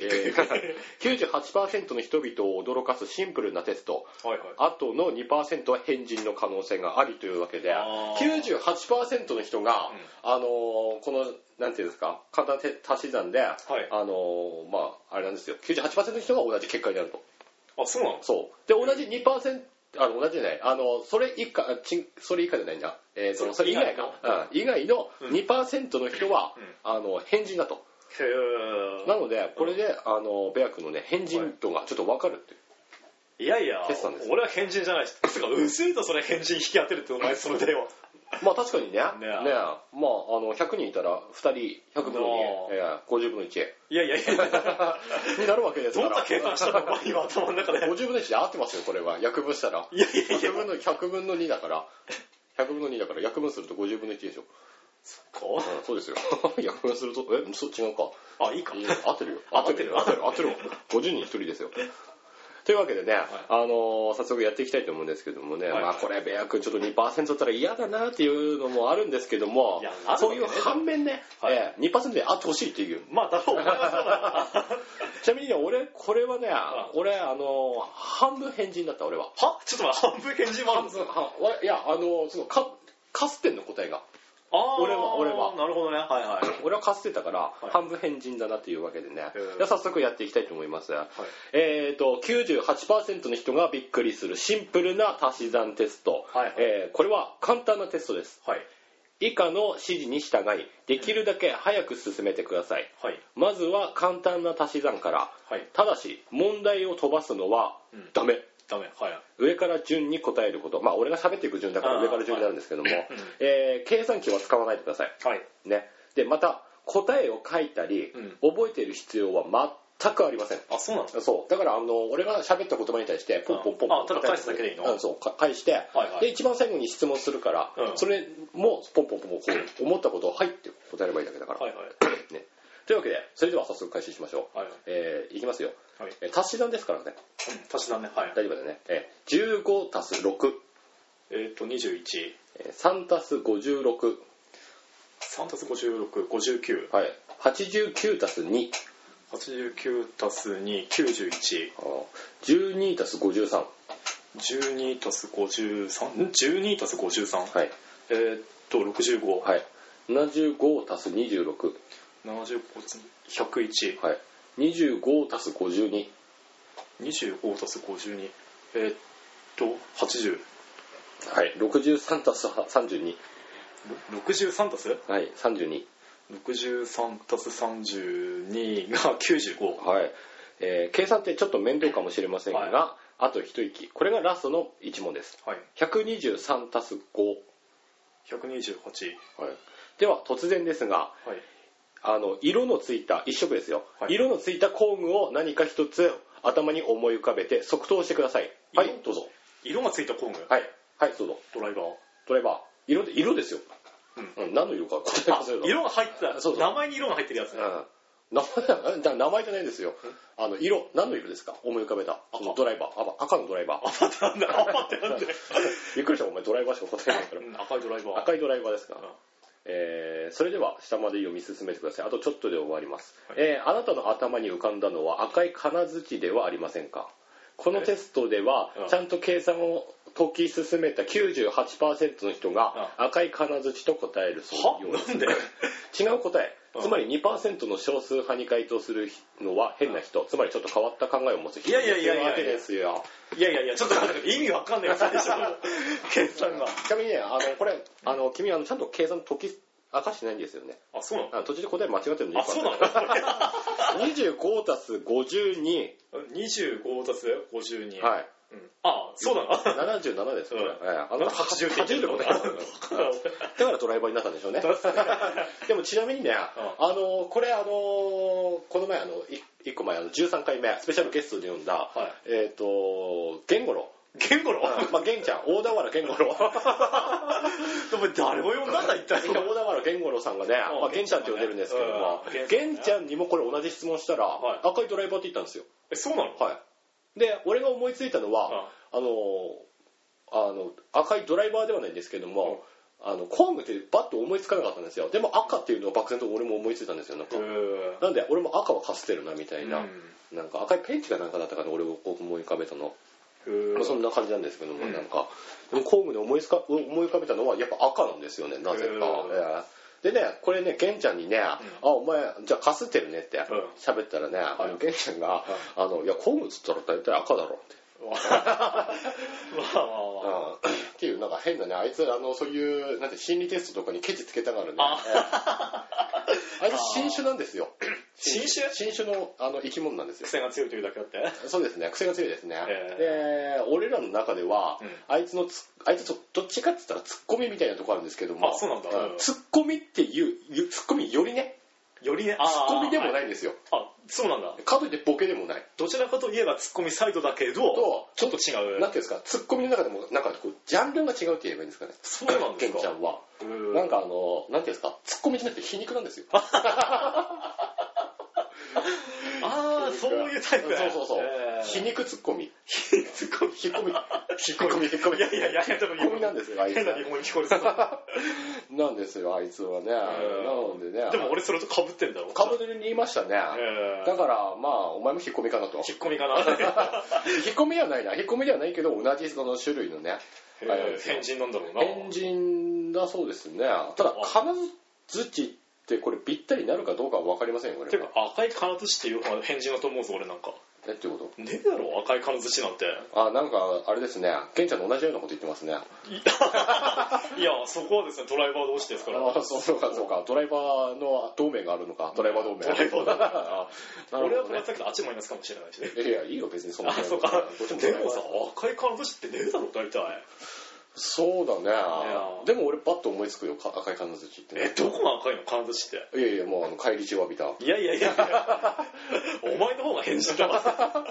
S1: えー 98%の人々を驚かすシンプルなテスト
S2: はい
S1: あとの2%は変人の可能性がありというわけで
S2: あー
S1: 98%の人が、あのーこのなんていうんですか簡単な足し算で、
S2: い
S1: あのーまああれなんですよ98%の人が同じ結果になると
S2: あそうなの
S1: そうで同じ2%あの同じじゃないあのそれ以下ちんそれ以下じゃないんだ、えーと
S2: それ
S1: それ以外かうん以外の
S2: うん
S1: 2%の人は、
S2: うん
S1: あの変人だと
S2: へ
S1: なのでこれで、あのベア君のね変人度がちょっと分かるっていう
S2: えいやいや
S1: テストなんです
S2: 俺は変人じゃないしつうかうすいとそれ変人引き当てるってお前それだよ
S1: まあ確かにねね
S2: ね
S1: まああの100人いたら2人100分の2
S2: あ、ー
S1: えー50分の1
S2: いやいやいや
S1: になるわけです
S2: ど
S1: か
S2: んな
S1: ら
S2: 計算したのお前今頭の中で
S1: 50分の1で合ってますよこれは約分したら
S2: いやいやいや
S1: 100分の100分の2だから100分の2だから約分すると50分の1でしょ
S2: こ
S1: うんそうですよ。 約分すると、え、そ違うか。
S2: うあいいか
S1: いいね合ってるよ。 合ってるよ。合ってる。合ってる。50人に1人ですよ。というわけでね、あのー早速やっていきたいと思うんですけどもね、
S2: はい
S1: まあこれ、ベア君ちょっと2%だったら嫌だなっていうのもあるんですけども
S2: いや、ある
S1: そ
S2: わ
S1: うい
S2: けね
S1: う反面ね、
S2: はい
S1: えー2%であってほしいっていう。
S2: まあだろう お前はそうだろう
S1: ちなみにね、俺、これはね
S2: は、
S1: 俺、あのー半分変人だった、俺は。
S2: はちょっと待って半分変人もあるん
S1: 半
S2: です
S1: 分、はわいや、あのーそのか、かすってんの答えが。
S2: あー
S1: 俺は俺は
S2: なるほどねはいはい
S1: 俺はかすってたから、
S2: い
S1: 半分変人だなっていうわけでね
S2: へー。
S1: じゃあ早速やっていきたいと思います。えっ、と、98%の人がびっくりするシンプルな足し算テスト。
S2: はいはい
S1: えーこれは簡単なテストです。
S2: はい
S1: 以下の指示に従い、できるだけ早く進めてください。
S2: はい
S1: まずは簡単な足し算から。
S2: はい
S1: ただし、問題を飛ばすのは
S2: うん
S1: ダメ。
S2: ダメはい
S1: 上から順に答えること。まあ、俺が喋っていく順だから
S2: あー
S1: 上から順になるんですけども、
S2: うん
S1: えー計算機は使わないでください。
S2: はい
S1: ね。で、また、答えを書いたり、覚えている必要は全くありません。
S2: あそうなの
S1: そうだからあの俺が喋った言葉に対してポンポンポンポン
S2: あただ返すだけでいいの
S1: うんそうか返して、
S2: はいはい
S1: で一番最後に質問するから、
S2: うん
S1: それもポンポンポンポンこう思ったことを「はい」って答えればいいだけだから、
S2: はいはい
S1: ね、というわけでそれでは早速開始しましょう、
S2: はいはい
S1: えーいきますよ
S2: はい
S1: えー足し算ですからね
S2: 足し算ねはい
S1: 大丈夫だよね、えー、15足す6
S2: えーっと21
S1: 3足す56、
S2: 3たす5659
S1: はい、89足す2
S2: 89たす29112
S1: あー12足す53、
S2: たす5312たす53、
S1: はい
S2: えーっと6575
S1: はい、75足す26、
S2: 101
S1: はい、25足す52
S2: 25たす52えーっと80
S1: はい、63たす32。
S2: 63たす
S1: はい、32。
S2: 63たす32が95
S1: はい。えー計算ってちょっと面倒かもしれませんが、
S2: は
S1: あと一息。これがラストの1問です。
S2: はい
S1: 123たす5。
S2: 128
S1: はい。では、突然ですが、
S2: はい
S1: あの、色のついた、一色ですよ。
S2: はい
S1: 色のついた工具を何か一つ頭に思い浮かべて即答してください。はい
S2: 色、
S1: どうぞ。
S2: 色がついた工具
S1: はい。はい、どうぞ。
S2: ドライバー
S1: ドライバー。色で、色ですよ。
S2: う
S1: うん。何の色か答え
S2: あ
S1: 忘れた
S2: 色が入ってた
S1: そうそう
S2: 名前に色が入ってるやつね
S1: 名前 だ名前じゃないですよ。あの色、何の色ですか思い浮かべた。そのドライバー。あ赤のドライバー。
S2: 待ってなんだ待ってなんで
S1: びっくりした、お前ドライバーしか答えないか
S2: うん赤いドライバー
S1: ら。赤いドライバーですか
S2: うん。
S1: えーそれでは下まで読み進めてください。あとちょっとで終わります。えーあなたの頭に浮かんだのは赤い金槌ではありませんかこのテストでは
S2: うん
S1: ちゃんと計算を解き進めた98%の人が赤い金槌と答えるそうようで
S2: は
S1: す
S2: なんで
S1: 違う答え
S2: うん
S1: つまり2%の少数派に回答するのは変な人つまりちょっと変わった考えを持つ人
S2: いやいやいやいや
S1: わけですよ
S2: いやいやいやちょっと待って意味わかんないやつでしょ計算が
S1: ちなみにねあのこれあの君あのちゃんと計算解き明かしてないんですよね
S2: あそうなの
S1: あ途中で答え間違ってるの
S2: あそうなの
S1: 25たす52
S2: 25たす52
S1: はい
S2: うんあそうなのだか
S1: 77ですよ、これ
S2: う
S1: ええあなた
S2: 80
S1: 80
S2: 点
S1: で答えたんだ
S2: ら
S1: だからドライバーになったんでしょうねでもちなみにね、あのこれあのこの前あの1個前あの13回目スペシャルゲストで呼んだ、
S2: は
S1: えっ、と源五郎
S2: 言語の
S1: まあ源ちゃん大田原源五郎
S2: でも誰も呼んだんだ一体
S1: 大田原源五郎さんがね、まあ、源ちゃんって呼んでるんですけども
S2: うん
S1: 源ちゃんにもこれ同じ質問したら、
S2: はい
S1: 赤いドライバーって言ったんですよ
S2: えそうなの
S1: はいで俺が思いついたのは、あのあの赤いドライバーではないんですけども、あのコアムってバッと思いつかなかったんですよでも赤っていうのは漠然と俺も思いついたんですよなんかなんで俺も赤はカステルなみたいな、なんか赤いペンチかなんかだったから俺を思い浮かべたのまあそんな感じなんですけども、
S2: うん
S1: なんかでも公務で思いつか思い浮かべたのはやっぱ赤なんですよねなぜか、
S2: へー
S1: ええでねこれね玄ちゃんにね「あお前じゃあかすってるね」って
S2: ん
S1: 喋ったらねあの玄ちゃんが「あのいや公務っつったら大体赤だろ」って。
S2: わあまあまあまあ
S1: うんっていうなんか変なねあいつあのそういうなんて心理テストとかにケチつけたがるね
S2: あ
S1: ええあいつ新種なんですよ
S2: 新種
S1: 新種のあの生き物なんですよ
S2: 癖が強いというだけあって
S1: そうですね癖が強いですね、
S2: え
S1: で俺らの中では、
S2: うん
S1: あいつのつあいつとどっちかって言ったらツッコミみたいなとこあるんですけども
S2: あそうなんだ
S1: ツッコミっていうゆツッコミよりね
S2: よりね
S1: ツッコミでもないいんですよ
S2: あそうなんだ
S1: かといってボケでもない
S2: どちらかといえばツッコミサイドだけど
S1: と
S2: ちょっと違う
S1: なんていうんですかツッコミの中でもなんかこうジャンルが違うって言えばいいんですかね
S2: そうなんですか
S1: ケンちゃんは
S2: うん
S1: なんかあのなんていうんですかツッコミじゃなくて皮肉なん ですよ
S2: ああそういうタイプ
S1: そうそうそう、
S2: えー
S1: 皮肉ツッコ ミ
S2: ツッコミ
S1: 引っ込み引っ込み引っ込み
S2: いやいやいやいやでも
S1: 引っ込みなんですよあいつ
S2: 変な日本語に聞こえるぞ
S1: なんですよあいつはね、なのでね
S2: でも俺それと被ってんだろ
S1: カブドリに言いましたね、
S2: えー
S1: だからまあお前も引っ込みかな と
S2: 引っ込みかな
S1: 引っ込みではないな引っ込みではないけど同じその種類のね
S2: え
S1: あれなんで
S2: ー
S1: すよ
S2: 変人なんだろうな
S1: 変人だそうですねただ金槌ってこれぴったりになるかどうかは分かりませんよこ
S2: て
S1: れ
S2: か
S1: は
S2: 赤い金槌っていう方が変人だと思うぞ俺なんか
S1: えってこと
S2: ねえだろ赤い金槌なんて
S1: あなんかあれですねケンちゃんと同じようなこと言ってますね
S2: いいやそこはですねドライバー同士ですから
S1: ああそうそうかそうかドライバーの同盟があるのかドライバー同盟
S2: ドライバー同盟
S1: あなる
S2: 俺は
S1: ほ
S2: プ
S1: どね
S2: ラスだけどあっちマイナスかもしれないしね
S1: いやいやいいよ別にそんな
S2: あそうか
S1: どっちも
S2: でもさ
S1: ドライバー
S2: 赤い金槌ってねえだろ大体
S1: そうだね
S2: や
S1: でも俺パッと思いつくよか赤い金槌って
S2: え
S1: ね
S2: どこが赤いの金槌って
S1: いやいやもうあの返り血を浴びた
S2: いやいやいやいや お前の方が変人だ わ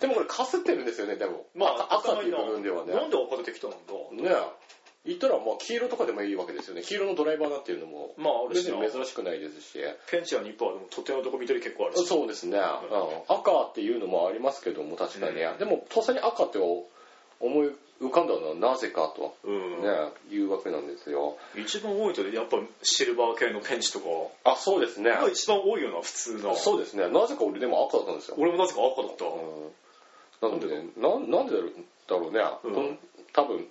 S1: でもこれかすってるんですよねでも
S2: まあ
S1: 赤赤っていう
S2: な
S1: 部分ではね
S2: なんで赤出てきたんだ
S1: ね言ったらまあ黄色とかでもいいわけですよね黄色のドライバーなんていうのも
S2: まあある
S1: 別
S2: し
S1: に
S2: な
S1: 珍しくないですし
S2: ペンチは2%でもとてもどこ緑結構あるし
S1: そうですね、うん赤っていうのもありますけども確かに、
S2: う
S1: でもとっさに赤って思い浮かんだのはなぜかと、
S2: うん
S1: ねいうわけなんですよ
S2: 一番多いとやっぱシルバー系のペンチとか
S1: あそうですね
S2: やっぱ一番多いよな普通の
S1: そうですねなぜか俺でも赤だったんですよ
S2: 俺もなぜか赤だった
S1: うんなのでねななんでだろうね、
S2: うん
S1: この多分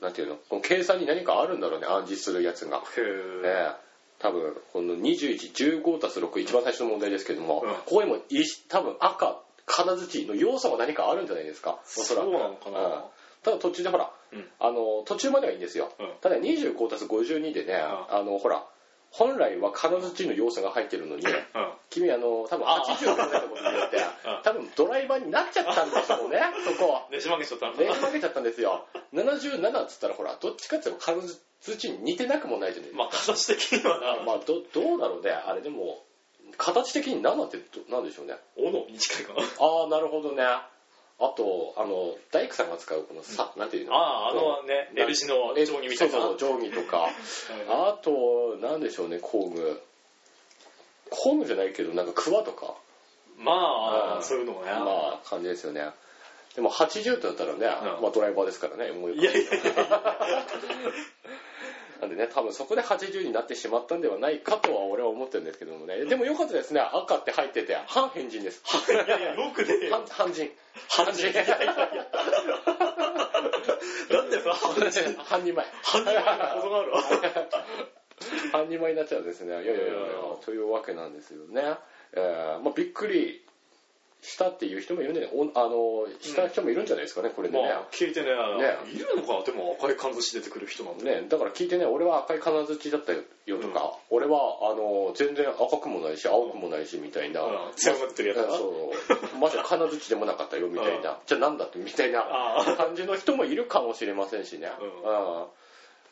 S1: なんていうのこの計算に何かあるんだろうね暗示するやつが、ね
S2: へえ
S1: 多分この2115足す6一番最初の問題ですけども、
S2: うん
S1: ここにもい多分赤金槌の要素が何かあるんじゃないですかおそらく
S2: そうなのかな
S1: うんただ途中でほら、
S2: うん
S1: あの途中まではいいんですよ、
S2: うん
S1: ただ25足す52でね、
S2: ん
S1: あのほら本来は金槌の要素が入ってるのに、
S2: うん
S1: 君あの多分80だと思って言って
S2: うん
S1: 多分ドライバーになっちゃったんでしょうねそこ
S2: ねじ曲げちゃったのか
S1: 連
S2: な
S1: 負けちゃったんですよ77っつったらほらどっちかって言ったら土に似てなくもないじゃないですか
S2: まあ形的にはな、
S1: まあどどうだろうねあれでも形的に7ってどなんでしょうね
S2: 斧に近いかな
S1: ああなるほどねあとあの大工さんが使うこのさ、なんていうの
S2: あああのね L 字の定規みたいな
S1: そうそう定規とかあとなんでしょうね工具工具じゃないけどなんかクワとか
S2: まあ、
S1: うん
S2: そういうのもね、
S1: まあ感じですよねでも80ってなったらね、
S2: うん
S1: まあ、ドライバーですからね思い浮かべ
S2: いやいやいや
S1: なんでね多分そこで80になってしまったんではないかとは俺は思ってるんですけどもねでもよかったですね赤って入ってて半変人です
S2: いやいやよくね
S1: 半半人
S2: 半人いやいやいやだってさ半人
S1: 半人前
S2: 半人はことがあるわ
S1: 半人前になっちゃうんですねいやいやいやいや
S2: いやいや
S1: というわけなんですよね、えーまあ、びっくりしたっていう人もいるんで、ね、おあのした人もいるんじゃないですかねこれでね、
S2: まあ聞いてね
S1: ね
S2: いるのかなでも赤い感じ出てくる人なんて
S1: ね、だから聞いてね俺は赤い金槌だったよとか、俺はあの全然赤くもないし青くもないしみたいな、
S2: うん強がってるやつ
S1: うん
S2: が
S1: そうまさか金槌でもなかったよみたいな、じゃあなんだってみたいな
S2: ああ
S1: 感じの人もいるかもしれませんしね、
S2: う
S1: う
S2: ん
S1: ん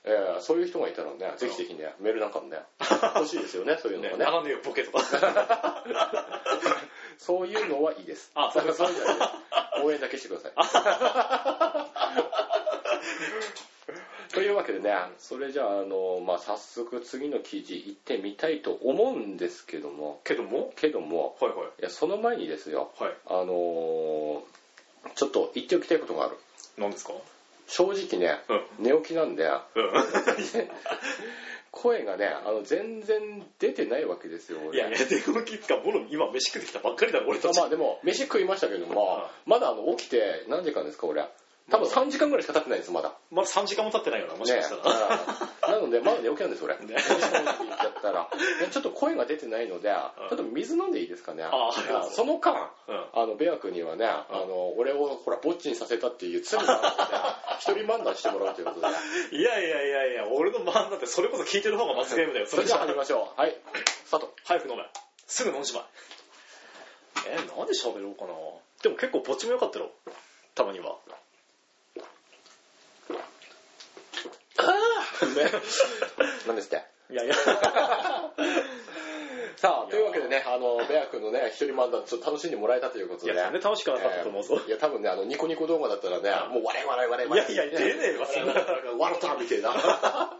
S1: えーそういう人がいたらねぜひぜひねメールなん かもね欲しいですよねそういうの
S2: ね
S1: がね
S2: 長野よボケとか
S1: そういうのはいいです
S2: あそうです
S1: そういうんじゃないです 応援だけしてくださ いというわけでねそれじゃああの、まあ、早速次の記事行ってみたいと思うんですけども
S2: けども
S1: けども
S2: はいはい
S1: いやその前にですよ
S2: はい
S1: あのーちょっと言っておきたいことがある
S2: 何ですか
S1: 正直ね、寝起きなんで、声がね、あの、全然出てないわけですよ、
S2: いや、寝てこきつか、もろ、今、飯食ってきたばっかりだろ、俺たち。
S1: まあでも、飯食いましたけども、まだあの起きて何時間ですか、俺。多分3時間ぐらいしか経ってないんです、まだ。
S2: まだ3時間も経ってないよな、もしかしたら。
S1: なので、まだ寝起きなんです、俺。ね、ちょっと声が出てないので、ちょっと水飲んでいいですかね。その間、あの、ベア君にはね、あの、俺をほら、ぼっちにさせたっていう罪があって、 一人漫談してもらうということ
S2: で。いやいやいやいや、俺の漫談ってそれこそ聞いてる方が罰ゲームだよ。
S1: それじゃあ始めましょう。はい。スタート。
S2: 早く飲め。すぐ飲んじまい。えー、何で喋ろうかな。でも結構ぼっちも良かったろ。たまには。
S1: 何ですって。
S2: いやいや。
S1: さあ、というわけでね、あの、ベア君のね、一人漫談、ちょっと楽しんでもらえたということで、ね。いや、
S2: 全然楽しくなかったと思うぞ。
S1: いや、多分ね、あの、ニコニコ動画だったらね、もう笑い笑い笑い笑
S2: い。いやいや、出ねえわ、そんな。
S1: 笑ったみたいな。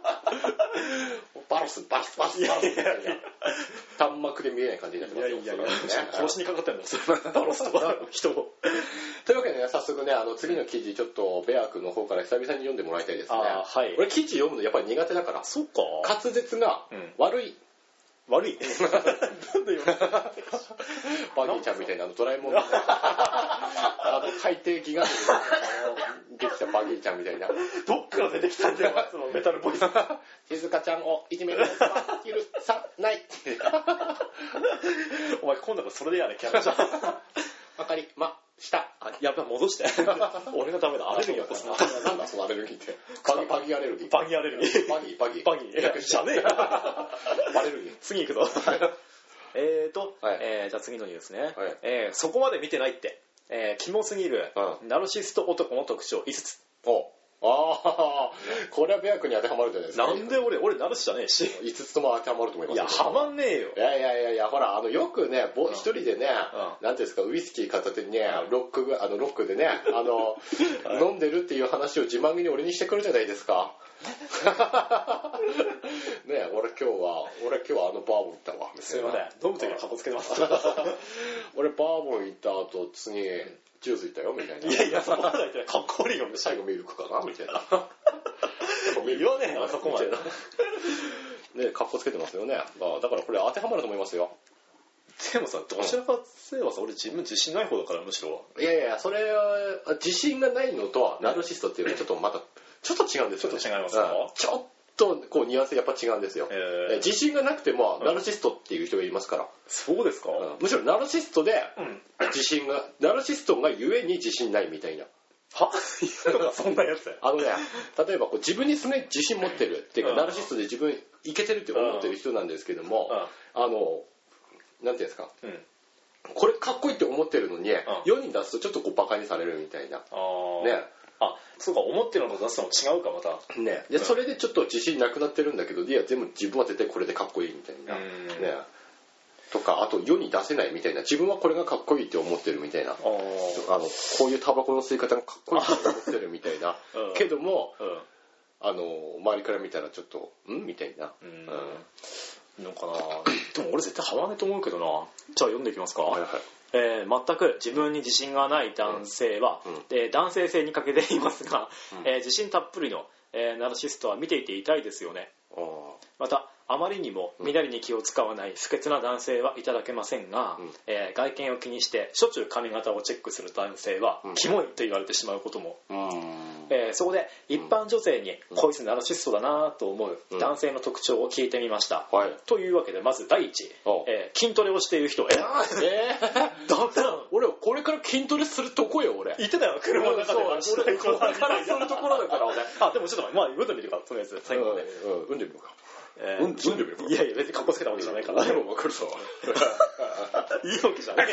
S1: バラス、バラス、バラス、バラス。端幕で見えない感じになってます
S2: よ。いやいやいや、殺しにかかってんだよ、それ。バラスとか、人を。
S1: というわけでね、早速ね、あの、次の記事、ちょっと、ベア君の方から久々に読んでもらいたいですね。
S2: はい。
S1: 俺、記事読むのやっぱり苦手だから。
S2: そっか。
S1: 滑舌が悪い。
S2: 悪い。なんで言わ
S1: バギーちゃんみたいな、あの、ドラえもんみたいな。あの、海底ギガンできたバギーちゃんみたいな。
S2: どっから出てきたんだ よ、そのメタルボイス。
S1: 静香ちゃんをいじめることは許さない。
S2: お前、今度はそれでやれ、キャラじゃん。
S1: わかりました。
S2: やっぱ戻して。 俺がダメだ。アレルギー起こすな。
S1: なんだそのアレルギーって。バギ、バギアレルギー。
S2: バギアレルギー。
S1: バギ、バギ。
S2: バギ。じゃねえよ。
S1: バレルギー。
S2: 次行くぞ。えーと、えじゃあ次のニュースね。えそこまで見てないって。えキモすぎる、ナルシスト男の特徴5つ。
S1: おああ、これはベア君に当てはまるじゃないですか。
S2: なんで俺、俺なるしじゃねえ し。
S1: 5つとも当てはまると思います。
S2: いや、はまんねえよ。
S1: いやいやいやいや、ほら、あの、よくね、一人でね、なんていうんですか、ウイスキー片手にね、ロック、あの、ロック でね、あの、飲んでるっていう話を自慢げに俺にしてくるじゃないです か。ねえ、俺今日は、俺今日はあのバーボン行ったわ。
S2: すいません。飲むときはカッコつけてます。
S1: 俺バーボン行った後、次、ジュースいったよみたいな。
S2: いやいや、そこまで言ってない。かっこ悪いよ、
S1: 最後ミルクかなみたいな。
S2: 言わねえよ、そこまで。
S1: ねかっこつけてますよね。だからこれ当てはまると思いますよ。
S2: でもさ、どちらかせえばさ、俺自分自信ない方だから、むしろ。
S1: いやいや、それは、自信がないのと、ナルシストっていうのはちょっとまた、ちょっと違うんです
S2: よ、ね。ちょっと違いますか、
S1: ちょっと、こう、ニュアンスやっぱ違うんですよ。えー、自信がなくても、ナルシストっていう人がいますから。
S2: そうですか、
S1: むしろナルシストで、自信が、ナルシストがゆえに自信ないみたいな。
S2: は そんなやつ
S1: あのね、例えばこう自分にすごい自信持ってるっていうか、ナルシストで自分いけてるって思ってる人なんですけども、あの、なんていうんですか、うん、これかっこいいって思ってるのに、うん、世に出すとちょっとこうバカにされるみたいな。ね。
S2: あそうか思ってるのと出すの違うかまた
S1: ねで、うん、それでちょっと自信なくなってるんだけどいや全部自分は絶対これでかっこいいみたいなねとかあと世に出せないみたいな自分はこれがかっこいいって思ってるみたいなあのこういうタバコの吸い方がかっこいいって思ってるみたいな、うん、けども、うん、あの周りから見たらちょっとんみたいな。うん
S2: のかなでも俺絶対ハマねと思うけどなじゃあ読んでいきますか、はいはいえー、全く自分に自信がない男性は、うんうん、えー、男性性に欠けていますが、うん、えー、自信たっぷりの、えナルシストは見ていて痛いですよねまたあまりにも身なりに気を使わない不潔な男性はいただけませんが、うん、えー、外見を気にしてしょっちゅう髪型をチェックする男性は、うん、キモいと言われてしまうことも、うん、えー、そこで一般女性に、こいつナルシストだなと思う男性の特徴を聞いてみました、はい、というわけでまず第一、えー、筋トレをしている人えー、
S1: えー、 だったら俺これから筋トレするとこよ俺
S2: 言ってたよ車の中で
S1: 俺これからするところだから俺
S2: あでもちょっとまあ読んでみるかとりあえず最後まで、
S1: うん、読んでみるかえー、うん、ずんでみる
S2: いやいや、別に格好つけたわけじゃないから。
S1: でも分かるさ。
S2: いいわけじゃない。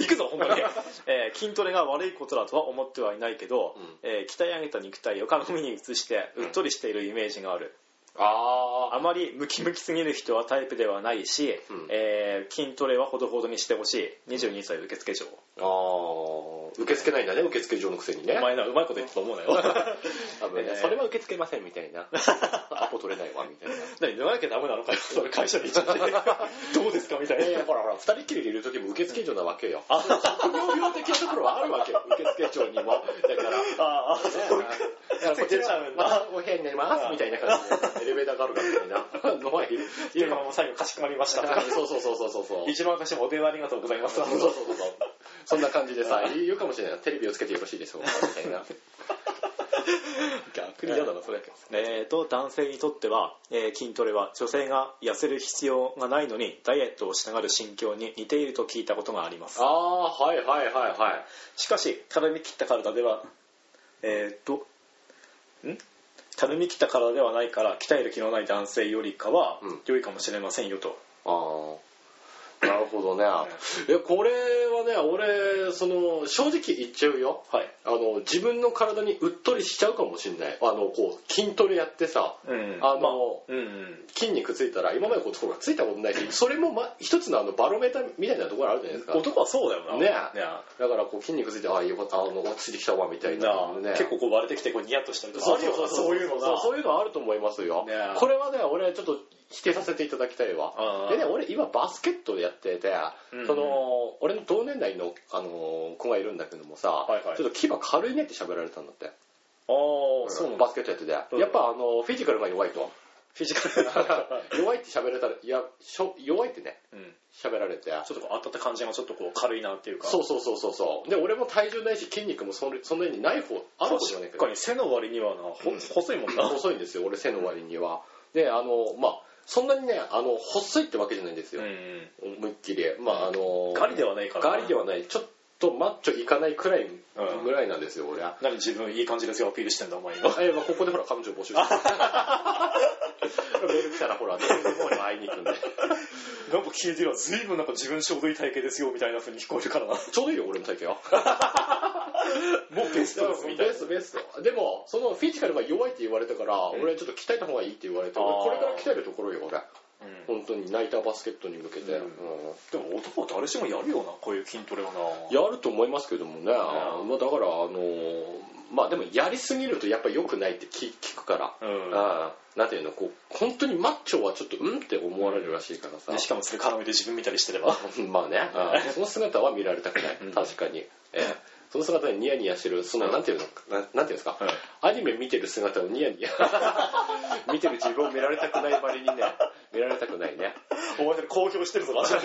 S2: 行くぞ、ほんまに。えー、筋トレが悪いことだとは思ってはいないけど、うん、えー、鍛え上げた肉体を鏡に映して、うっとりしているイメージがある。うん、ああまりムキムキすぎる人はタイプではないし、うん、えー、筋トレはほどほどにしてほしい22歳受付嬢
S1: あ受け付けないんだね受付嬢のくせにね
S2: お前なうまいこと言ったと思うなよ
S1: 多分ね
S2: えー
S1: それは受け付けませんみたい なアポ取れないわみたいな
S2: 何脱がなきゃダメなのかよ それ会社に行っちゃってどうですかみたい
S1: いやいや
S2: な
S1: ほらほら二人っきりでいる時も受付嬢なわけよ職業病的なところはあるわけよ受付嬢に もだから
S2: ああそうか
S1: だからこち
S2: ついてっちゃ
S1: ら
S2: うんだ
S1: またお部屋になりますみたいな感じでエレベーターがあるからみたいな のはいる
S2: 家からもう最後かしこまりました
S1: そうそうそうそうそうそう
S2: 一番私もお電話ありがとうござい ます
S1: そうそうそうそう そんな感じで さ言うかもしれないテレビをつけてよろしいでしょうかみ たいな
S2: 逆
S1: に嫌だなそれ
S2: えーと男性にとっては、えー筋トレは女性が痩せる必要がないのにダイエットをしながら心境に似ていると聞いたことがあります
S1: ああーはいはいはいはい
S2: しかしたるみ切った体ではえーとんたるみ切った体ではないから鍛える気のない男性よりかは
S1: うん
S2: 良いかもしれませんよと、
S1: ああなるほどねいやこれはね俺その正直言っちゃうよ
S2: はい
S1: あの自分の体にうっとりしちゃうかもしれないあのこう筋トレやってさ
S2: うん
S1: あの
S2: まあうんうん
S1: 筋肉ついたら今までこうところがついたことないしそれも、ま、一つのあのバロメーターみたいなところあるじゃないですか
S2: 男はそうだよな
S1: ねだからこう筋肉ついてああよかったあのついてきたわみたい
S2: なあ
S1: な、ね、
S2: 結構こう割れてきてこうニヤッとしたりとか
S1: あるよ
S2: あるよなそういうの
S1: そ
S2: が
S1: うそういうのあると思いますよ、
S2: ね
S1: これはね俺ちょっと否定させていただきたいわ
S2: あー
S1: でね俺今バスケットでやってて、
S2: うん
S1: その俺の同年代の、あのー子がいるんだけどもさ、
S2: はいはい
S1: ちょっと牙軽いねって喋られたんだって
S2: ああそうなんだ
S1: バスケットやってて、
S2: うん
S1: やっぱあのフィジカルが弱いと
S2: フィジカル な
S1: 弱いって喋れたらいやしょ弱いってね
S2: うん
S1: 喋られて
S2: ちょっとこう当たった感じがちょっとこう軽いなっていうか
S1: そうそうそうそうそうで俺も体重ないし筋肉もそんそんなにない方ある方じゃないけ
S2: 確
S1: ど
S2: かに背の割にはな、ほ細いもんな
S1: 細いんですよ俺背の割には、であのまあそんなにねあの細いってわけじゃないんですよ、
S2: ん
S1: 思いっきりまああの
S2: ガリではないからな
S1: ガリではないちょっとマッチョいかないくらい
S2: うん
S1: ぐらいなんですよ、俺あ
S2: 何自分いい感じですよアピールしてんだお前今
S1: えまあここでほら彼女募 集してメール来たらほら、ね、俺も会いに行くんで
S2: なんか聞いてるわ随分なんか自分ちょうどいい体型ですよみたいな風に聞こえるからなも
S1: ちょうどいいよ俺の体型は
S2: うベストですみたい
S1: ベ
S2: な
S1: ストベストでもそのフィジカルが弱いって言われたから、
S2: うん
S1: 俺ちょっと鍛えた方がいいって言われて
S2: あー
S1: 俺これから鍛えるところよ俺
S2: うん
S1: 本当にナイターバスケットに向けて、
S2: うん
S1: うん
S2: でも男は誰しもやるよなこういう筋トレはな
S1: やると思いますけどもね、まあ、だからあのーまあでもやりすぎるとやっぱ良くないって聞聞くから、
S2: うん
S1: ああなんていうのこう本当にマッチョはちょっとうんって思われるらしいからさ、
S2: でしかもそれ絡めて自分見たりしてれば
S1: まあね、ああその姿は見られたくない、
S2: うん
S1: 確かに、ええその姿にニヤニヤしてるその、なんていうのななんていうんですか、
S2: うん
S1: アニメ見てる姿をニヤニ ヤ見てる自分を見られたくないばりにね見られたくないね
S2: お前それ公表してる ぞ私は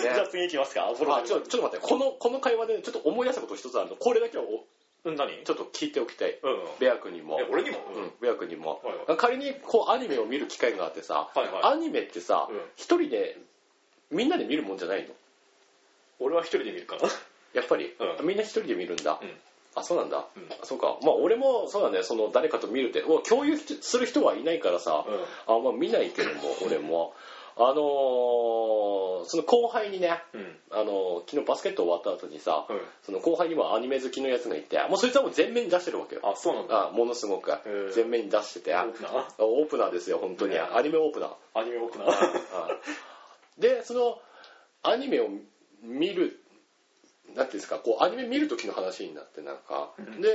S2: じゃあ次行きますか
S1: あちょちょっと待ってこのこの会話でちょっと思い出したこと一つあるのこれだけはお
S2: うん何
S1: ちょっと聞いておきたい
S2: うん
S1: ベア君にも
S2: え、俺にも
S1: うん、ベア君にも、
S2: はい
S1: 仮にこうアニメを見る機会があってさ、
S2: はいはい
S1: アニメってさ
S2: うん
S1: 一、人でみんなで見るもんじゃないの
S2: 俺は一人で見るから
S1: やっぱり、
S2: う
S1: みんな一人で見るんだ、
S2: うん
S1: あそうなんだ、
S2: うん
S1: あそうかまあ俺もそうだねその誰かと見るってもう共有する人はいないからさ、あんま見ないけども俺もあのーその後輩にね
S2: うん
S1: あのー昨日バスケット終わった後にさ、
S2: うん
S1: その後輩にもアニメ好きのやつがいてもうそいつはもう全面に出してるわけよ
S2: あそうなんだ
S1: あものすごく
S2: ー
S1: 全面に出してて
S2: オープナー
S1: オープナーですよ本当に
S2: ね
S1: アニメオープナー
S2: アニメ多 くな
S1: でそのアニメを見るなんていうんですかこうアニメ見る時の話になってなんか、
S2: ん
S1: で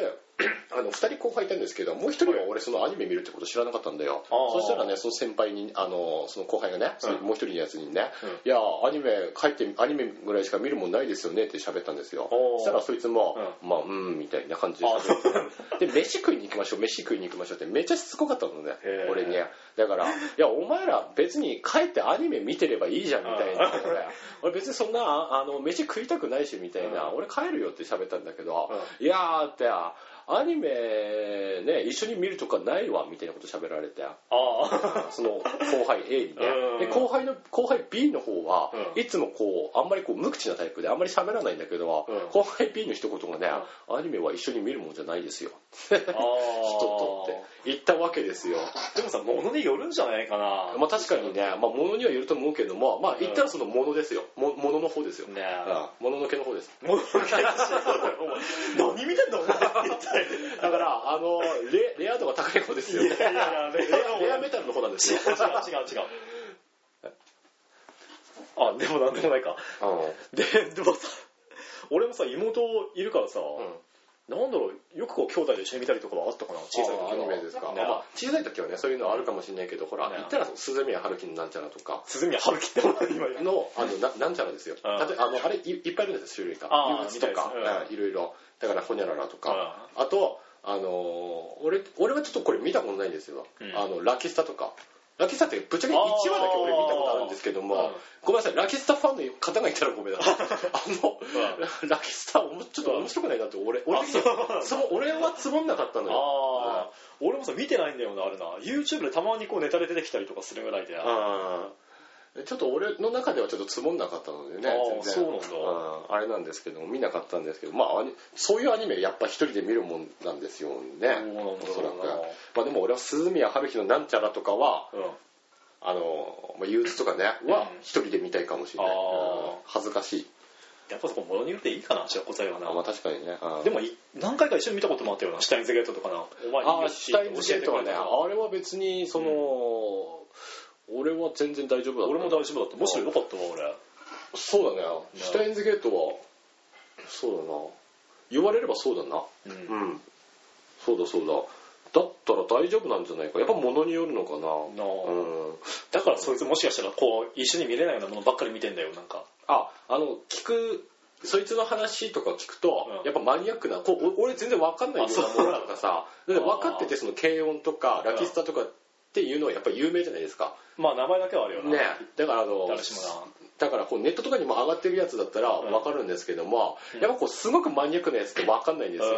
S1: あの2人後輩いたんですけどもう1人は俺そのアニメ見るってこと知らなかったんだよ
S2: あー
S1: そしたらねその先輩にあのその後輩がね、そのもう1人のやつにね「いやアニメ書いてアニメぐらいしか見るもんないですよね」って喋ったんですよ
S2: おー
S1: そしたらそいつも「まあうん」みたいな感じで喋ってで飯食いに行きましょう飯食いに行きましょうってめっちゃしつこかったのね
S2: へー
S1: 俺にだから、いや、お前ら別に帰ってアニメ見てればいいじゃんみたいな。俺俺別にそんな、ああの、飯食いたくないしみたいな、
S2: う
S1: 俺帰るよって喋ったんだけど、いやーって、アニメね、一緒に見るとかないわみたいなこと喋られて、
S2: あ
S1: その後輩 A にね
S2: うん。
S1: で、後輩の、後輩 B の方は、
S2: うん
S1: いつもこう、あんまりこう無口なタイプであんまり喋らないんだけど、
S2: うん
S1: 後輩 B の一言がね、アニメは一緒に見るもんじゃないですよ。
S2: あ
S1: 人とって言ったわけですよ。
S2: でもさ物によるんじゃないかな
S1: まあ確かにね、まあ物にはよると思うけども、まあ言ったらその物ですよ。も物の方ですよ。
S2: ね
S1: うん物のけの方です。
S2: 物による何見てんだお前一体
S1: だから、あの、レレア度が高い方ですよ。
S2: いやいやレア
S1: レアメタルの方なんですよ。
S2: 違う違う違う違うあでもなんでもないか
S1: うん
S2: ででもさ俺もさ妹いるからさ、
S1: うん
S2: なんだろうよくこう兄弟で一緒に見たりとかはあったかな小さい時
S1: あ
S2: は
S1: ーアニメですか、
S2: ね
S1: まあ小さい時はねそういうのあるかもしれないけど、ほら
S2: ね
S1: 言ったら鈴宮春樹のなんちゃらとか
S2: 鈴宮春樹って俺今言う
S1: のあのななんちゃらですよ、
S2: うん
S1: 例えばあのあれいいっぱいいるんですよ種類が
S2: あー
S1: 憂鬱とか
S2: みたいで
S1: う
S2: す
S1: んいろいろだからほにゃららとか、あとあのー俺俺はちょっとこれ見たことないんですよ、
S2: うん
S1: あのラキスタとかラキスタってぶっちゃけ1
S2: あー
S1: 話だけ俺見たことあるんですけども、
S2: うん
S1: ごめんなさいラキスタファンの方がいたらごめんな さいあのラキスタおもちょっと面白くないなって俺俺
S2: あそう
S1: その俺はつぼんなかったのよ
S2: ああ、俺もさ見てないんだよなあれな YouTube でたまにこうネタで出てきたりとかするぐらいで、あ
S1: うんちょっと俺の中ではちょっとつぼんなかったのでね
S2: あー
S1: 全然
S2: そうなんだ
S1: うんあれなんですけども見なかったんですけどまあアニそういうアニメやっぱ一人で見るもんなんですよ
S2: そう
S1: ね
S2: なんだ
S1: おそらく
S2: そうなんだ
S1: まあでも俺は鈴宮春日のなんちゃらとかは
S2: うん、
S1: あの、まあ、憂鬱とかねは
S2: うん
S1: 一人で見たいかもしれない、
S2: あー
S1: うん恥ずかしい
S2: やっぱそこものによっていいかな白子材はな
S1: あまあ確かにね、うん
S2: でもい何回か一緒に見たこともあったよなシュタインズゲートとかなお前
S1: あ
S2: に
S1: あシュタインズゲートはね
S2: 教えてくれた
S1: あれは別にその、俺は全然大丈夫だった
S2: 俺も大丈夫だったむしろ良かったわ俺
S1: そうだねシュタインズゲートはそうだな言われればそうだな
S2: うん
S1: うんそうだそうだだったら大丈夫なんじゃないかやっぱ物によるのかな
S2: なあ
S1: うん
S2: だからそいつもしかしたらこう一緒に見れないようなものばっかり見てんだよなんか
S1: ああの聞くそいつの話とか聞くと、
S2: うん
S1: やっぱマニアックなこうお俺全然分かんないような
S2: あそう
S1: ものとかさだって分かっててその軽音とか
S2: うん
S1: ラキスタとかっていうのはやっぱ有名じゃないですか
S2: まあ名前だけはあるよな
S1: ねだからあの
S2: 誰しもな
S1: だからこうネットとかにも上がってるやつだったら
S2: うん
S1: 分かるんですけども、
S2: うん
S1: やっぱこうすごくマニアックなやつって分かんないんですよ、
S2: う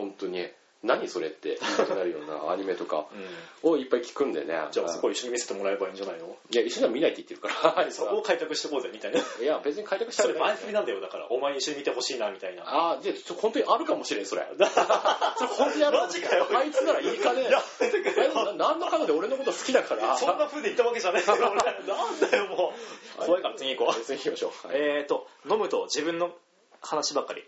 S1: 本当に何それって言いたくなるような アニメとか
S2: んうん
S1: をいっぱい聞くんでね
S2: じゃあそこ一緒に見せてもらえばいいんじゃないの
S1: いや一緒には見ないって言ってるから
S2: そこを開拓してこうぜみ たいな
S1: いや別に開拓した
S2: そ
S1: く
S2: れ
S1: ない
S2: 前振りなんだよだからお前に一緒に見てほしいなみたいな
S1: ああじゃあちょ本当にあるかもしれん それそれ本当にある
S2: マジかよ
S1: あいつならいいかね
S2: やめてくれよ
S1: あいつ何のかので俺のこと好きだから
S2: そ んな風で言ったわけじゃないけど俺なんだよもう怖いから次行こう
S1: 別に行きましょう、はい
S2: えーと飲むと自分の話ばっかり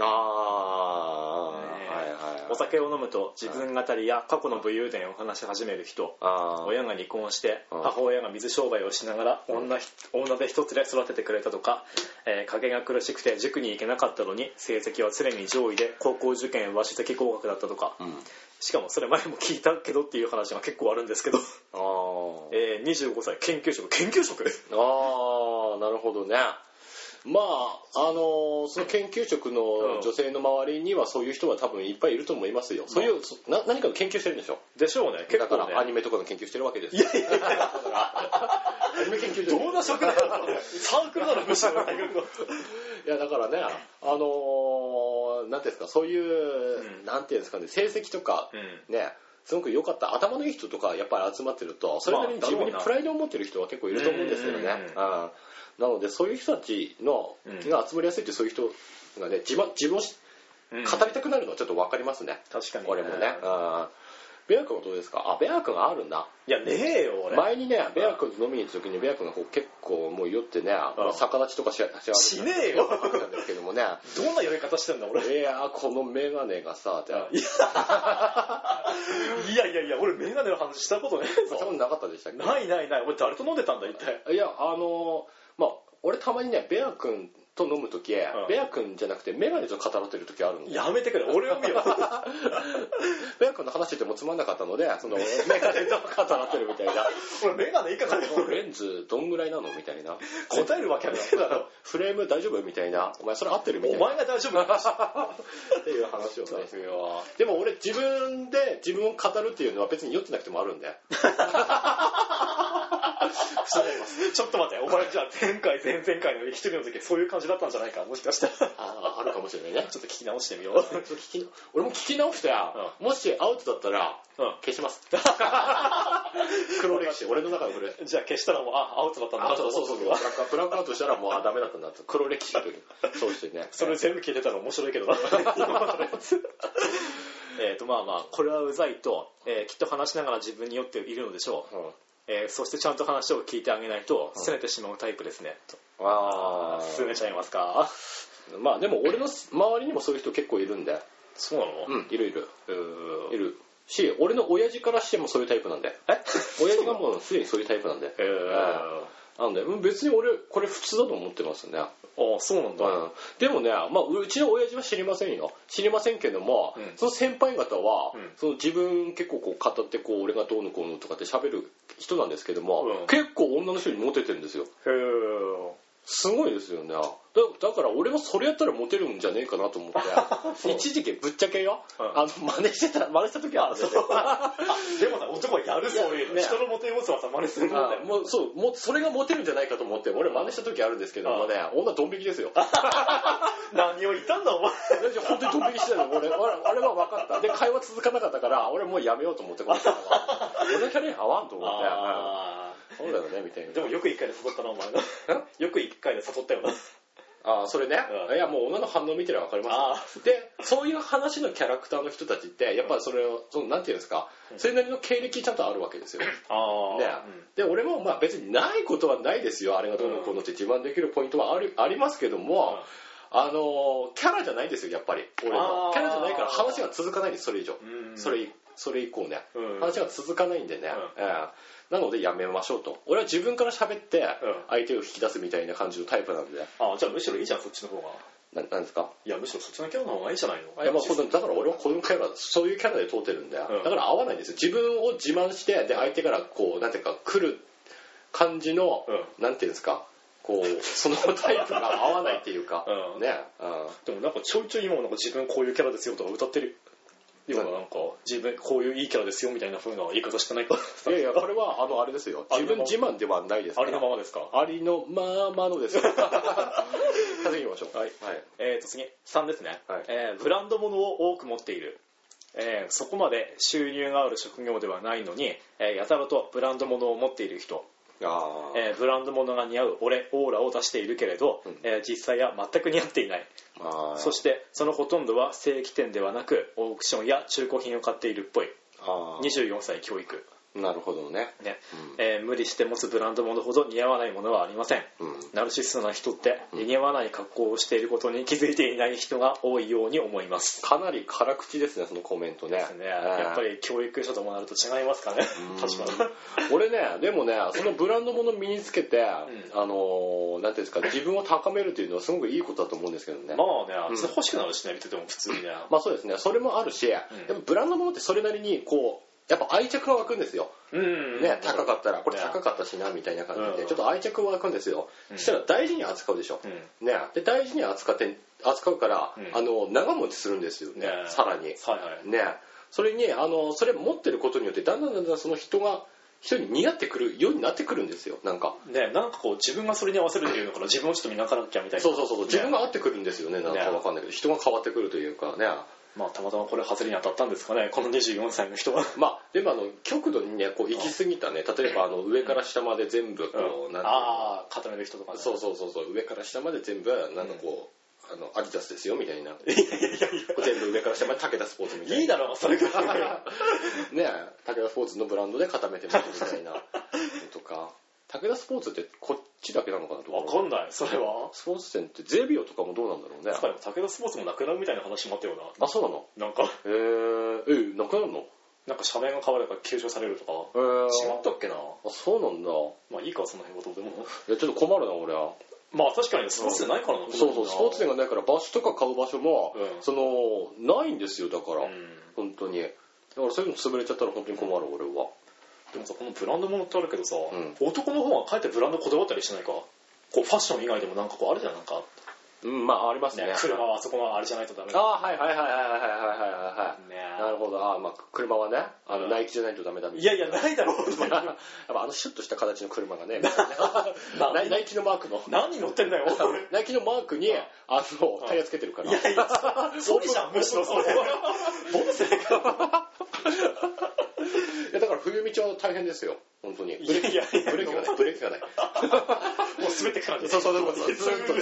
S1: ああ、
S2: ねえ
S1: はいはいはい
S2: お酒を飲むと自分語りや過去の武勇伝を話し始める人
S1: あー
S2: 親が離婚して
S1: うん
S2: 母親が水商売をしながら女ひ女で一つで育ててくれたとか、えー家計が苦しくて塾に行けなかったのに成績は常に上位で高校受験は首席合格だったとか
S1: うん
S2: しかもそれ前も聞いたけどっていう話が結構あるんですけど、
S1: あー
S2: えー25歳研究職研究職
S1: ああなるほどねまああのーその研究職の女性の周りにはそういう人は多分いっぱいいると思いますよ、そういうそな何かの研究してるんでしょ
S2: でしょうね
S1: だ
S2: 結
S1: か
S2: 構
S1: らア
S2: ね
S1: ニメとかの研究してるわけですいやいや アニメ研究所
S2: どんな職だよ サークルなのむし ろ大学の
S1: いやだからねあのーなんていうんですかそういう、
S2: うん
S1: なんていうんですかね成績とか、ねすごく良かった頭のいい人とかやっぱり集まってるとそれなりに
S2: まあ
S1: 自分に
S2: だろうな
S1: プライドを持ってる人は結構いると思うんですけどね、
S2: うんうんうん
S1: うんなのでそういう人たちの、
S2: うん
S1: が集まりやすいってそういう人がね自分自分をし
S2: うん
S1: 語りたくなるのはちょっと分かりますね、
S2: 確かに
S1: 俺もね、うん、ベア君はどうですかあベア君があるんだ
S2: いやねえよ俺
S1: 前にねベア君と飲みに行った時にベア君がこう結構もう酔ってね、まあ逆立ちとかしし
S2: しねえよ
S1: なんですけどもね
S2: どんな酔い方してんだ俺
S1: いやーこの眼鏡がさって
S2: いやいやいや、俺メガネの話したことねえ
S1: 多
S2: ぞ。
S1: 分なかったでしたっけ
S2: ないないない、俺誰と飲んでたんだ一体。
S1: いやあのーまあ俺たまにねベア君と飲む時、ベア君じゃなくてメガネと語らってる時あるの
S2: やめてくれ、俺を 見よ。
S1: ベア君の話ってもうつまんなかったのでそのメガネと語らってるみ たいな
S2: 俺メガネいいかな
S1: このレンズどんぐらいなのみたいな
S2: 答えるわけはねえだろ。
S1: フレーム大丈夫みたいなお前それ合ってるみ
S2: お
S1: たい
S2: 前
S1: な
S2: が大丈夫だ。
S1: っていう話をねでも俺自分で自分を語るっていうのは別に酔ってなくてもあ るんで
S2: ちょっと待って、お前じゃあ前回、前々回の一人の時そういう感じだったんじゃないか、もしかしたら。ちょ
S1: ああるかもしれないね
S2: っと聞き直してみよう。
S1: 聞き俺も聞き直して、もしアウトだったら
S2: う
S1: 消し ます黒歴史俺の中でこれ
S2: ん。じゃあ消したらもう、あ、アウトだったんだ
S1: あ
S2: なと
S1: そうそ
S2: 思
S1: ううそう
S2: 時
S1: ブ
S2: は。
S1: ラックアウトしたらもうあダメだったんだと黒歴史の時そうしてね
S2: それ全部聞いてたら面白いけどな。 えっと、まあまあ、これはうざいと、えーきっと話しながら自分に酔っているのでしょう。
S1: うん
S2: えーそしてちゃんと話を聞いてあげないと拗ねてしまうタイプですね、
S1: あ
S2: と
S1: ー
S2: 拗ねちゃいますか
S1: まあでも俺の周りにもそういう人結構いるんで
S2: そうなの、
S1: うんいるいる
S2: うーん
S1: いるし 俺の親父からしてもそういうタイプなんで
S2: え
S1: 親父がもうすでにそういうタイプなんで
S2: えー
S1: なんでうん別に俺これ普通だと思ってますね、
S2: ああそうなんだ、
S1: うん、でもね、まあ、うちの親父は知りませんよ知りませんけども、
S2: うん
S1: その先輩方は、
S2: うん
S1: その自分結構こう語ってこう俺がどうのこうのとかって喋る人なんですけども、
S2: うん
S1: 結構女の人にモテてるんですよ
S2: へえ
S1: すごいですよねだだから俺もそれやったらモテるんじゃねえかなと思っ
S2: そう
S1: て一時期ぶっちゃけよ、
S2: うん
S1: あの真似してた真似した時はあるんですよ
S2: でもさ男はやるそういう
S1: い
S2: の
S1: やね
S2: 人のモテ要素はさ真似するもんだ
S1: あ
S2: よ
S1: もうそうもうそれがモテるんじゃないかと思って俺真似した時あるんですけどもね女ドン引きですよ
S2: 何を言ったんだお前
S1: 私本当にドン引きしてたの俺俺俺は分かったで会話続かなかったから俺もうやめようと思ってこ の人は俺のキャリア合わんと思って
S2: あ
S1: そうだよねみたいな
S2: ーでもよく一回で誘ったなお前なよく一回で誘ったよな
S1: ああそれね、
S2: うん
S1: いやもう女の反応見てれば分かりますよでそういう話のキャラクターの人たちってやっぱりそれをそのなんていうんですかそれなりの経歴ちゃんとあるわけですよ
S2: あ
S1: ね、で俺もまあ別にないことはないですよあれがどうのこうのって自慢できるポイントはあるありますけども、あのーキャラじゃないんですよやっぱり俺
S2: あー
S1: のキャラじゃないから話が続かないんですそれ以上、
S2: うん
S1: それ以それ以降ね、
S2: うん
S1: 話が続かないんでね、
S2: う
S1: ええなのでやめましょうと俺は自分から喋って相手を引き出すみたいな感じのタイプなんで
S2: あじゃあむしろいいじゃんそっちの方が
S1: ななんですか
S2: いやむしろそっちのキャラの方がいいじゃないの
S1: いやまあこのだから俺はこのキャラそういうキャラで通ってるんで、
S2: うん
S1: だから合わないんですよ自分を自慢してで相手からこうなんていうか来る感じの、
S2: う
S1: なんていうんですかこうそのタイプが合わないっていうか、
S2: うん
S1: ね、うん
S2: でもなんかちょいちょい今もなんか自分こういうキャラですよとか歌ってるようななんか自分こういういいキャラですよみたいな風な言い方 してないか
S1: いやいやこれはあのあれですよ
S2: あり
S1: 自
S2: のま
S1: 分
S2: ま
S1: 自慢ではないです
S2: あ
S1: か
S2: り
S1: ら
S2: のままですか
S1: ありのままのです よ稼ぎましょう
S2: はい
S1: はい
S2: えー、と次3ですね、
S1: はい
S2: えーブランド物を多く持っている、えーそこまで収入がある職業ではないのに、えーやたらとブランド物を持っている人、
S1: あー
S2: えーブランド物が似合う俺オーラを出しているけれど、
S1: うん
S2: えー実際は全く似合っていない、
S1: まあ
S2: そしてそのほとんどは正規店ではなくオークションや中古品を買っているっぽい
S1: あー
S2: 24歳教育、
S1: なるほどね
S2: ね
S1: うん
S2: えー無理して持つブランド物ほど似合わないものはありません、
S1: うん
S2: ナルシストな人って
S1: ん
S2: 似合わない格好をしていることに気づいていない人が多いように思います、
S1: かなり辛口ですねそのコメントね
S2: ね、やっぱり教育者ともなると違いますかね
S1: うん
S2: 立場が
S1: 俺ねでもねそのブランドもの身につけて、あのーなんていうんですか自分を高めるというのはすごくいいことだと思うんですけどね
S2: ま
S1: まあ
S2: あね、それ欲しくなるしね見てても普通にね、
S1: そうですねそれもあるし、やっぱブランドものってそれなりにこうやっぱ愛着が湧くんですよ、
S2: うん
S1: ね高かったらこれ
S2: ね
S1: 高かったしなみたいな感じで、
S2: うん
S1: ちょっと愛着が湧くんですよ、
S2: うん
S1: したら大事に扱うでしょ、
S2: う
S1: ねで大事に扱って扱うから、
S2: うん
S1: あの長持ちするんですよね
S2: ね
S1: さらに
S2: はいはい
S1: ねそれにあのそれ持ってることによってだんだんだんだんその人が人に似合ってくるようになってくるんですよなんか
S2: ねなんかこう自分がそれに合わせるっていうのから自分をちょっと磨かなきゃみたいな
S1: そうそうそう自分
S2: ね
S1: が合ってくるんですよねなんかわかんないけど人が変わってくるというかね
S2: まあたまたまこれ外れに当たったんですかねこの24歳の人は
S1: まあでもあの極度にねこう行き過ぎたね例えばあの上から下まで全部こ うなんていうの
S2: ああ固める人とかね
S1: そうそうそうそう上から下まで全部なんかこうあのアディダスですよみたいな全部上から下まで武田スポーツみたいない
S2: いだろそれ ぐらい
S1: ねえ武田スポーツのブランドで固めてますみたいなのとか武田スポーツってこっちだけなのかなと
S2: わかんないそれは
S1: スポーツ店ってゼビオとかもどうなんだろうね
S2: 確かに武田スポーツもなくなるみたいな話もあったような
S1: あそうなの
S2: なんか
S1: へええなくなるの
S2: なんか社名が変われば休場されるとか
S1: へえ
S2: 違ったっけな
S1: あそうなんだい
S2: まあいいかその辺はどうでも
S1: やちょっと困るな俺は
S2: まあ確かにスポーツじゃないからな
S1: そうそうスポーツ店がないから場所とか買う場所も、
S2: うん
S1: そのないんですよだから、
S2: うん
S1: 本当にだからそういうの潰れちゃったら本当に困る俺は
S2: でもさこのブランドものってあるけどさ、
S1: ん
S2: 男の方はかえってブランドこだわったりしないかこうファッション以外でもなんかこうあるじゃんなんか、
S1: うんまあありますね
S2: ね、車はあそこのあれじゃないとダメ
S1: あ
S2: だ
S1: あはいはいはいはいはいはいはいはいはい
S2: ね
S1: なるほど。あまあ、車はね、あ
S2: う
S1: の、
S2: ん
S1: ナイキじゃないとダメだみ
S2: い
S1: た
S2: や
S1: い
S2: いやないだろ
S1: な。
S2: う
S1: やっぱあのシュッとした形の車がね、みたいなナイナイキのマーク の、
S2: 何乗ってんだよい
S1: ナイキのマークに、あの、タイヤつけてるから。
S2: やいやソリじゃんむしろそれボブセか
S1: いやだから冬道は大変ですよ、本当に。ブ
S2: い
S1: レ
S2: やいやいや
S1: ブレーキがない、ブレーキがない。
S2: もう滑ってく感じ
S1: そうそう、でもずっとね。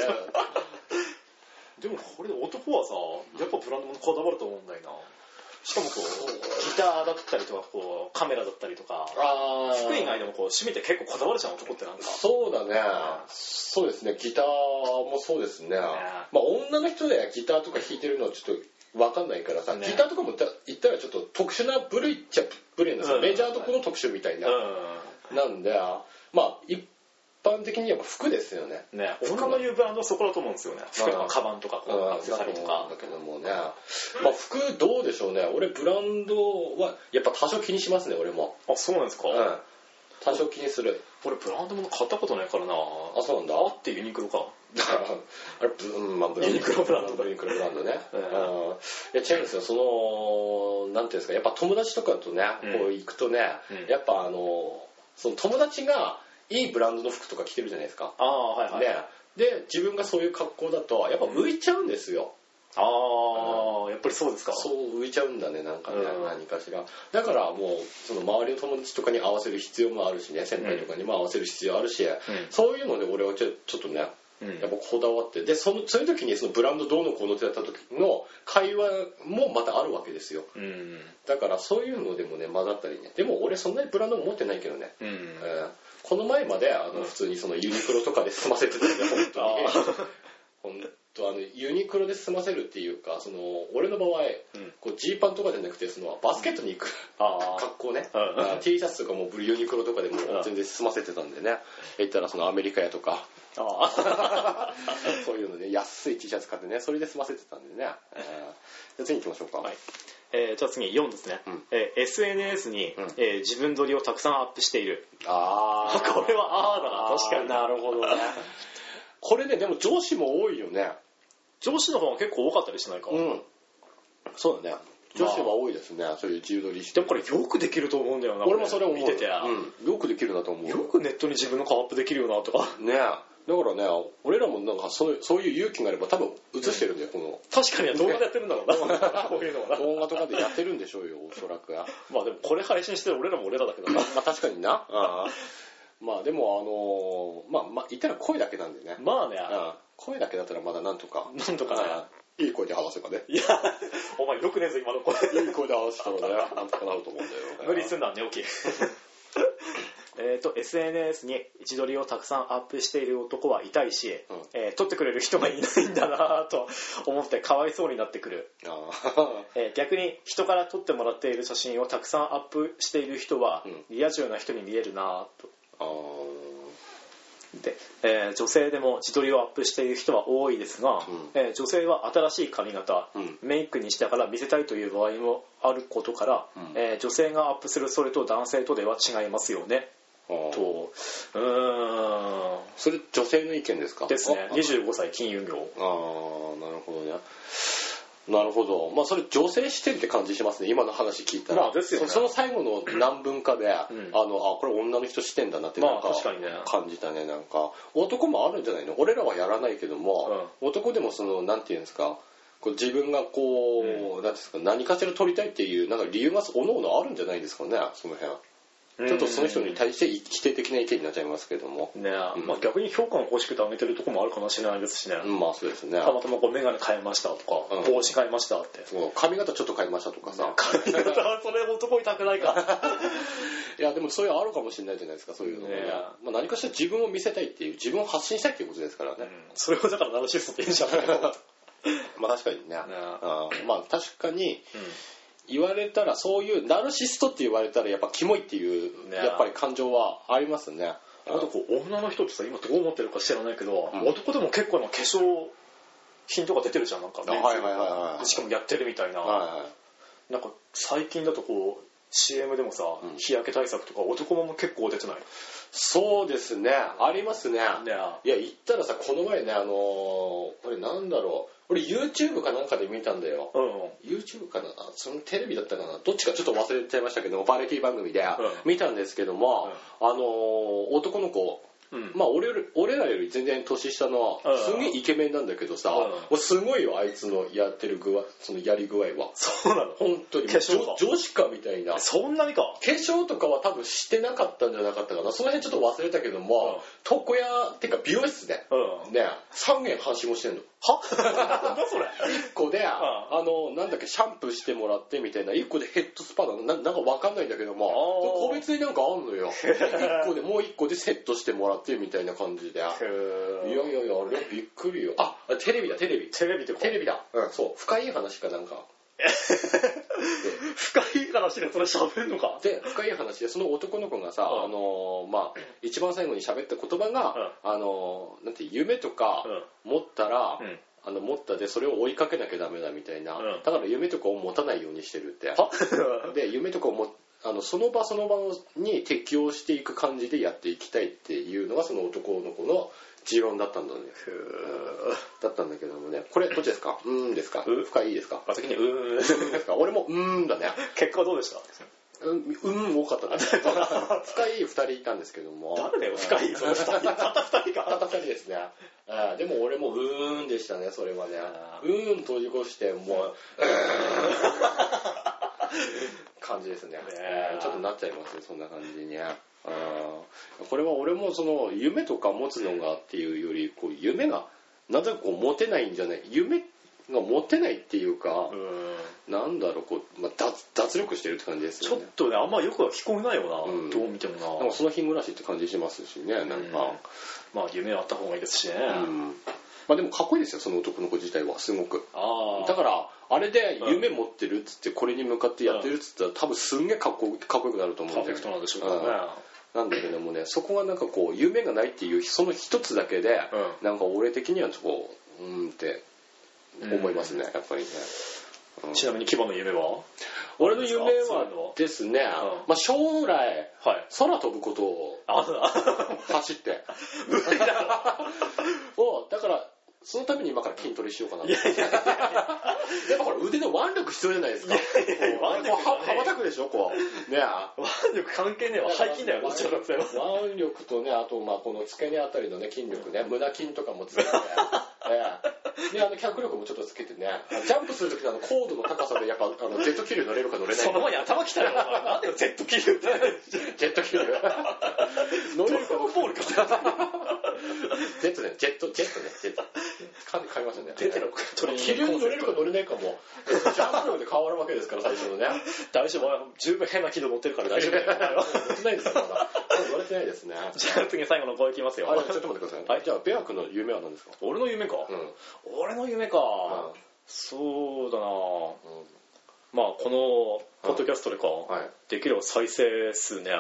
S2: でもこれで男はさやっぱブランドものこだわると思うんだよなしかもこうギターだったりとかこうカメラだったりとか
S1: あ
S2: 服以外でもこう趣味って結構こだわるじゃん男ってなんか
S1: そうだね。そうですね、ギターもそうですね。まあ、女の人でギターとか弾いてるのはちょっと。わかんないからさ、
S2: ね
S1: ギターとかもだ言ったらちょっと特殊な部類っちゃ部類なんですよ、
S2: うん
S1: メジャーどこの特殊みたいな、
S2: うん
S1: なんで、まあ、一般的にやっぱ服ですよね。
S2: ね、他の言うブランドはそこだと思うんですよね。服とかカバンとか、こうアクセサリーとか。
S1: だけどもね。まあ服どうでしょうね。俺ブランドはやっぱ多少気にしますね、俺も。
S2: あ、そうなんですか、
S1: うん。多少気にする。
S2: 俺ブランドもの買ったことないからな。
S1: あ、そうなんだ。
S2: あってユニクロか。
S1: だからあれ、ブうんまあ、ブ
S2: ユニクロブランド
S1: ユニクロブランドね。
S2: う
S1: うんん、いや違うんですよ、その、なんていうんですか、やっぱ友達とかとね、
S2: うん
S1: こう行くとね、
S2: うん
S1: やっぱあの、その友達がいいブランドの服とか着てるじゃないですか。
S2: ああ、はいはい。
S1: ね、で、自分がそういう格好だと、やっぱ浮いちゃうんですよ。
S2: ああ、やっぱりそうですか。
S1: そう浮いちゃうんだね、なんかね、
S2: うん
S1: 何かしら。だからもう、その周りの友達とかに合わせる必要もあるしね、先輩とかにも合わせる必要あるし、そういうので俺はちょちょっとね、
S2: うん。うん
S1: やっぱこだわってでそのそういう時にそのブランドどうのこうのってやった時の会話もまたあるわけですよ
S2: うん。
S1: だからそういうのでもね混ざったりねでも俺そんなにブランドも持ってないけどね、
S2: うん
S1: え。ーこの前まであの普通にそのユニクロとかで済ませてたんで 本当に本当あのユニクロで済ませるっていうかその俺の場合
S2: うん
S1: こうジーパンとかじゃなくてそのバスケットに行く
S2: ああ。
S1: 格好ね、
S2: うん
S1: あ T シャツとかもブルユニクロとかでも
S2: うん
S1: 全然済ませてたんでね行ったらそのアメリカやとか
S2: あ
S1: そういうのね、安い T シャツ買ってね、それで済ませてたんでね。えーじゃあ次行きましょうか。
S2: はい えーじゃあ次4ですね、
S1: うん
S2: えー SNS に、
S1: うん
S2: えー自分撮りをたくさんアップしている
S1: あー
S2: これはあーだな確かに
S1: なるほどね。これね、でも上司も多いよね。
S2: 上司の方が結構多かったりしないか、
S1: ん。そうだね。女子は多いですね、そういう自由撮りして。
S2: でもこれよくできると思うんだよな
S1: 俺もそれを
S2: 見てて、
S1: うん、よくできるなと思う。
S2: よくネットに自分の顔アップできるよなとか
S1: ねだからね、俺らもなんかそういうそういう勇気があれば多分映してるんだよ、こ
S2: 確か に動画でやってるんだろうなこういうの
S1: の
S2: がな
S1: 動画とかでやってるんでしょうよ、おそらく は。
S2: まあでもこれ配信してる俺らも俺らだけ どな
S1: まあ確かにな。まあでも、あのまあ、まあ言ったら声だけなんでね。
S2: まあね、
S1: ああ声だけだったらまだなんとか。
S2: なんとかね
S1: ああいい声で話せばね。
S2: いやお前よくねえぞ今の声
S1: いい声で話せたら ね、なんとかなると思うんだよ。
S2: 無理すんな寝起きえーと SNS に位置取りをたくさんアップしている男はいたいし、
S1: うん
S2: えー撮ってくれる人がいないんだなぁと思ってかわいそうになってくる、
S1: あ
S2: えー逆に人から撮ってもらっている写真をたくさんアップしている人は
S1: うん
S2: リア充な人に見えるなぁと
S1: あ。ああ
S2: で、えー女性でも自撮りをアップしている人は多いですが、
S1: うん
S2: えー女性は新しい髪型、
S1: うん
S2: メイクにしてから見せたいという場合もあることから、
S1: うん
S2: えー女性がアップするそれと男性とでは違いますよね
S1: ああ
S2: とうーん
S1: それ女性の意見ですか
S2: ですね
S1: あ
S2: 25歳金融業
S1: ああ、なるほどね。なるほど。まあそれ女性視点って感じしますね、今の話聞いたら。
S2: まあですよね
S1: そその最後の何分かで、
S2: ん
S1: あの、あ、これ女の人視点だなってなんか
S2: まあ確かにね
S1: 感じたね、なんか。男もあるんじゃないの俺らはやらないけども、男でもその、なんていうんですか、こう自分がこう、なんていうんですか、何かしら取りたいっていう、なんか理由がおのおのあるんじゃないですかね、その辺。ちょっとその人に対して否定的な意見になっちゃいますけども。
S2: ね、
S1: うん
S2: まあ、逆に評価が欲しくてあげてるとこもあるかもしれないですしね、
S1: うん、まあそうですね。
S2: たまたまこう眼鏡変えましたとか、
S1: うん
S2: 帽子変えましたって、
S1: そう髪型ちょっと変えましたとか さ。
S2: 髪型はそれ男いたくないか
S1: いやでもそういうのあるかもしれないじゃないですかそういうのもね
S2: ねえ
S1: まあ、何かしら自分を見せたいっていう自分を発信したいっていうことですからね、
S2: それをだからナルシストって言うんじゃないかなと
S1: まあ確かにねあーまあ確かに
S2: うん
S1: 言われたらそういうナルシストって言われたらやっぱキモいっていう、
S2: ねえ
S1: やっぱり感情はありますね
S2: あとこう女の人ってさ今どう思ってるか知らないけど、
S1: うん
S2: 男でも結構な化粧品とか出てるじゃんなんか
S1: あはいはいはいはい
S2: しかもやってるみたいな、
S1: はいはい
S2: なんか最近だとこう CM でもさ、
S1: うん
S2: 日焼け対策とか男も結構出てない
S1: そうですねありますね
S2: ねあ
S1: いや言ったらさこの前ねあのーこれなんだろう俺 YouTube かなんかで見たんだよ
S2: うん
S1: YouTube かなそのテレビだったかなどっちかちょっと忘れちゃいましたけどバラエティ番組で見たんですけども、あのー男の子
S2: うん
S1: まあ俺より俺らより全然年下の
S2: うん
S1: すげえイケメンなんだけどさ、
S2: うん
S1: もうすごいよあいつのやってる具合そのやり具合は
S2: そうなの
S1: 本当に
S2: 化粧が
S1: 女女子かみたいな
S2: そんなにか
S1: 化粧とかは多分してなかったんじゃなかったかなその辺ちょっと忘れたけども、床屋ってか美容室で、
S2: うん
S1: ね3軒半死もしてんの
S2: はなんだそれ
S1: 1個で、あ
S2: あ
S1: の、なんだっけ、シャンプーしてもらってみたいな、1個でヘッドスパだな、ななんかわかんないんだけども、
S2: あー
S1: 個別になんかあんの よ。1個で、もう1個でセットしてもらってみたいな感じで。いやいやいや、あれびっくりよ。あ、テレビだ、テレビ。
S2: テレビってこう
S1: テレビだ。うん、そう。深い話かなんか。
S2: 深い話でそれ喋るのか
S1: で深い話でその男の子がさ、
S2: うん
S1: あのーまあ一番最後に喋った言葉が、あのーなんて夢とか持ったら、
S2: うん
S1: あの持ったでそれを追いかけなきゃダメだみたいな、
S2: うん
S1: だから夢とかを持たないようにしてるってで夢とかをもあのその場その場に適応していく感じでやっていきたいっていうのがその男の子の持論だったんだねだったんだけどもねこれどっちですかうーんですか
S2: う
S1: 深いいですか
S2: あ先にうーん
S1: ですか 俺もうーんだね
S2: 結果はどうでした
S1: うん、うん、多か ったです。深い二人いたんですけども。
S2: 誰だよ深いその二人たった二人
S1: た
S2: か
S1: った二人ですね。あーでも俺もうーんでしたね、それはね
S2: あ。
S1: うーん閉じ越 して、もう、うーん感じですね。
S2: え
S1: ちょっとなっちゃいますね、そんな感じにね。あーこれは俺もその夢とか持つのがっていうより、こう夢が、なぜかこう持てないんじゃない、夢が持てないっていうか
S2: う、ーん
S1: なんだろう、こう、まあ脱脱力してるって感じです
S2: ちょ
S1: よ
S2: っ
S1: ね。
S2: とねあんまよくは聞こえないよな、
S1: うん
S2: どう見てもな
S1: なんかその日暮らしって感じしますしね、なんか。
S2: まあ夢はあった方がいいですしね、
S1: うんまあでもかっこいいですよ、その男の子自体は、すごく。
S2: ああ
S1: だから、あれで夢持ってるっつって、これに向かってやってるっつったら、多分すんげえかっこかっこよくなると思う
S2: パ
S1: ん
S2: ー
S1: だ
S2: フェ
S1: よ
S2: ク
S1: ね
S2: トなんでしょうからね、
S1: なんだけどもね、そこがなんかこう、夢がないっていう、その一つだけで、
S2: う
S1: なんか俺的にはちょっとこう、うーんって思いますね、やっぱりね。うん
S2: ちなみにキバの夢は
S1: 俺の夢
S2: そう
S1: は
S2: いうのは
S1: ですね、まあ将来、
S2: はい
S1: 空飛ぶことを
S2: ああ
S1: 走 って。を、だから、そのために今から筋トレしようかなと。
S2: いやいや
S1: やっぱほら、腕の腕力必要じゃないですか。こ
S2: いやいや
S1: う
S2: 腕力はね
S1: こうは羽ばたくでしょ、こう。ねえ
S2: 腕力関係ねえわ背筋だよこっちはだって
S1: 腕力とね、あと、まあ、この付け根あたりのね、筋力ね、胸筋とかもつけて、ね えで、あの、脚力もちょっとつけてね、ジャンプするときのあの高度の高さで、やっぱ、あの、ジェット気流乗れるか乗れない
S2: そ
S1: か
S2: の。前に頭き たよお前なんでよ Z 気流って
S1: ジェット気流。乗
S2: ド
S1: れ
S2: ラ
S1: るか
S2: ゴンボールか
S1: ジェットね、ジェット、ジェットね、ジェット。か買いましたね。
S2: 出てろ
S1: 気流に乗れるか乗れないかも、ジャンプ力で変わるわけですから、最初のね。
S2: 大丈夫お前十分変な軌道持ってるから 大丈夫だよお前は
S1: 乗ってないですよ、まだ。乗れてないですね。あ
S2: じゃあ次最後の声いきますよ
S1: れ、ちょっと待ってくださいね。はい、じゃあ、ベア君の夢は何ですか
S2: 俺の夢か、
S1: うん。うん
S2: 俺の夢か、そうだなまあこのポッドキャストでか、
S1: はい。
S2: できれば再生数ね
S1: あ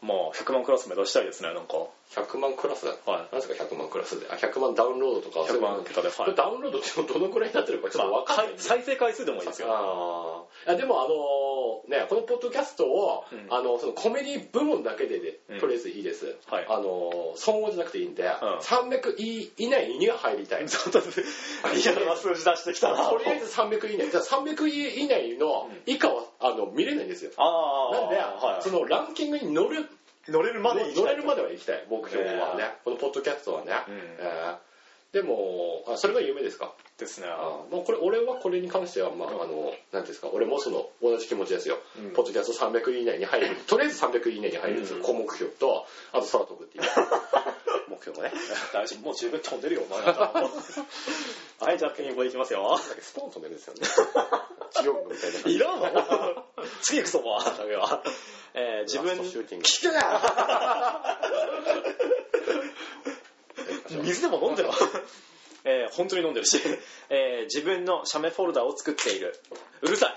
S2: まあ100万クラス目指したいですねなんか
S1: 100万クラスだ。
S2: は
S1: 何ですか、100万クラスで。あ、100万ダウンロードとか。
S2: 100万桁では
S1: これ
S2: い、
S1: ダウンロードってどのくらいになってるかちょっと
S2: ま
S1: わ
S2: あ、
S1: かんない
S2: かい。再生回数でもいいですよ
S1: ああ。いやでもあのね、このポッドキャストを、
S2: うん
S1: あの、そのコメディ部門だけでで、
S2: うん
S1: とりあえずいいです。
S2: はい
S1: あの総合じゃなくていいんで、300以以内には入りたい。と
S2: ちょっとリアルな数字出してきた な
S1: りあえず300以内。じゃあ300以内の以下は、あの、見れないんですよ。
S2: ああ
S1: なんで、
S2: はい、
S1: そのランキングに乗る、
S2: 乗れるまで行きたい
S1: 乗れるまでは行きたい、目標はね。このポッドキャストはね。
S2: うん
S1: えーでもあ、それが夢ですか
S2: ですね
S1: あーもうこれ俺はこれに関しては、まあ、あのなんていうんですか俺もその同じ気持ちですよ、
S2: うん
S1: ポッドキャスト300以内に入るとりあえず300以内に入るんですよ、
S2: うん
S1: 小目標とあと空飛ぶっていう目標がね
S2: 大丈夫もう十分飛んでるよお 前方はいじゃあ次これいきますよ
S1: スポーン飛んでるんですよねジオングみたいな感
S2: い
S1: じ
S2: らんわ 次行くぞもう ダメは、えー、自分
S1: ラストシューティング
S2: 聞くな水でも飲んでろ えー、本当に飲んでるし、 えー、自分の写メフォルダを作っているうるさい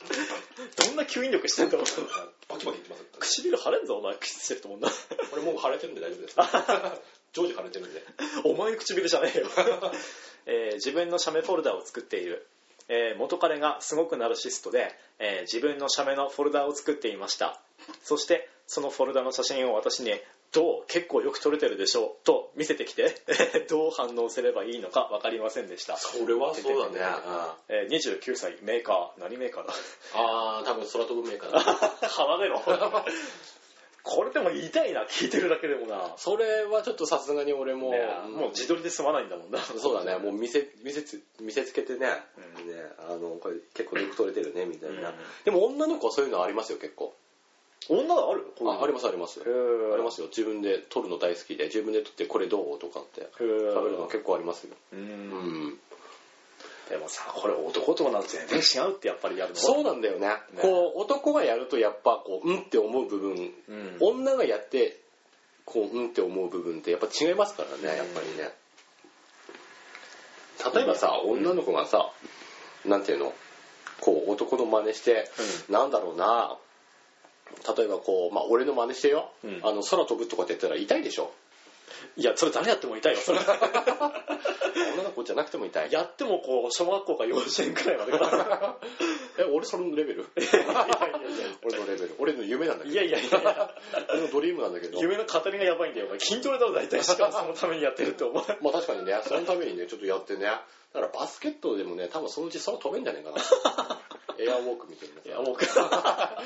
S2: どんな吸引力してんだろう
S1: バキバキいってます
S2: 唇腫れんぞお前口してると思んな
S1: 俺もう腫れてるんで大丈夫です常時腫れてるんで
S2: お前の唇じゃねえよ、 えー自分の写メフォルダを作っている、えー元彼がすごくナルシストで、えー自分の写メのフォルダを作っていましたそしてそのフォルダの写真を私に「どう結構よく撮れてるでしょう」と見せてきて どう反応すればいいのか分かりませんでした、
S1: それはそうだねあ
S2: えー29歳メーカー何メーカーだ
S1: あー多分空飛ぶメーカーだ
S2: 離れろこれでも痛いな聞いてるだけでもな
S1: それはちょっとさすがに俺も、
S2: ねもう自撮りで済まないんだもんな
S1: そうだね、もう見せ、見せつ、見せつけてね、ね、あの、これ結構よく取れてるね、みたいな。
S2: うん
S1: でも女の子はそういうのありますよ、結構。
S2: 女があるこういうの
S1: あ、ありますあります。ありますよ、自分で取るの大好きで、自分で取ってこれどうとかって、
S2: へー
S1: 食べるの結構ありますよ。
S2: う
S1: うんん。
S2: でもさこれ男と女全然違うってやっぱりやるの
S1: そうなんだよね。こう、男がやるとやっぱこう、うんって思う部分、
S2: うん
S1: 女がやって、こう、うんって思う部分ってやっぱ違いますからね、やっぱりね。例えばさ、女の子がさ、なんていうのこう男の真似して、なんだろうな例えばこう、まあ、俺の真似してよ、
S2: うん
S1: あの空飛ぶとかって言ったら痛いでしょ
S2: いやそれ誰やっても痛い よそれ
S1: 女の子じゃなくても痛い
S2: やってもこう小学校か幼稚園くらいまでか
S1: え俺そのレ ベル俺のレベル俺の夢なんだ
S2: な
S1: け
S2: い
S1: ど
S2: やいやいやいや
S1: 俺のドリームなんだけど
S2: 夢の語りがやばいんだよお前筋トレだろ大体しかもそのためにやってるってお前
S1: まあ確かにねそのためにねちょっとやってねだからバスケットでもね多分そのうち空飛べんじゃねえか なエアウォークみたいな
S2: エアウォーク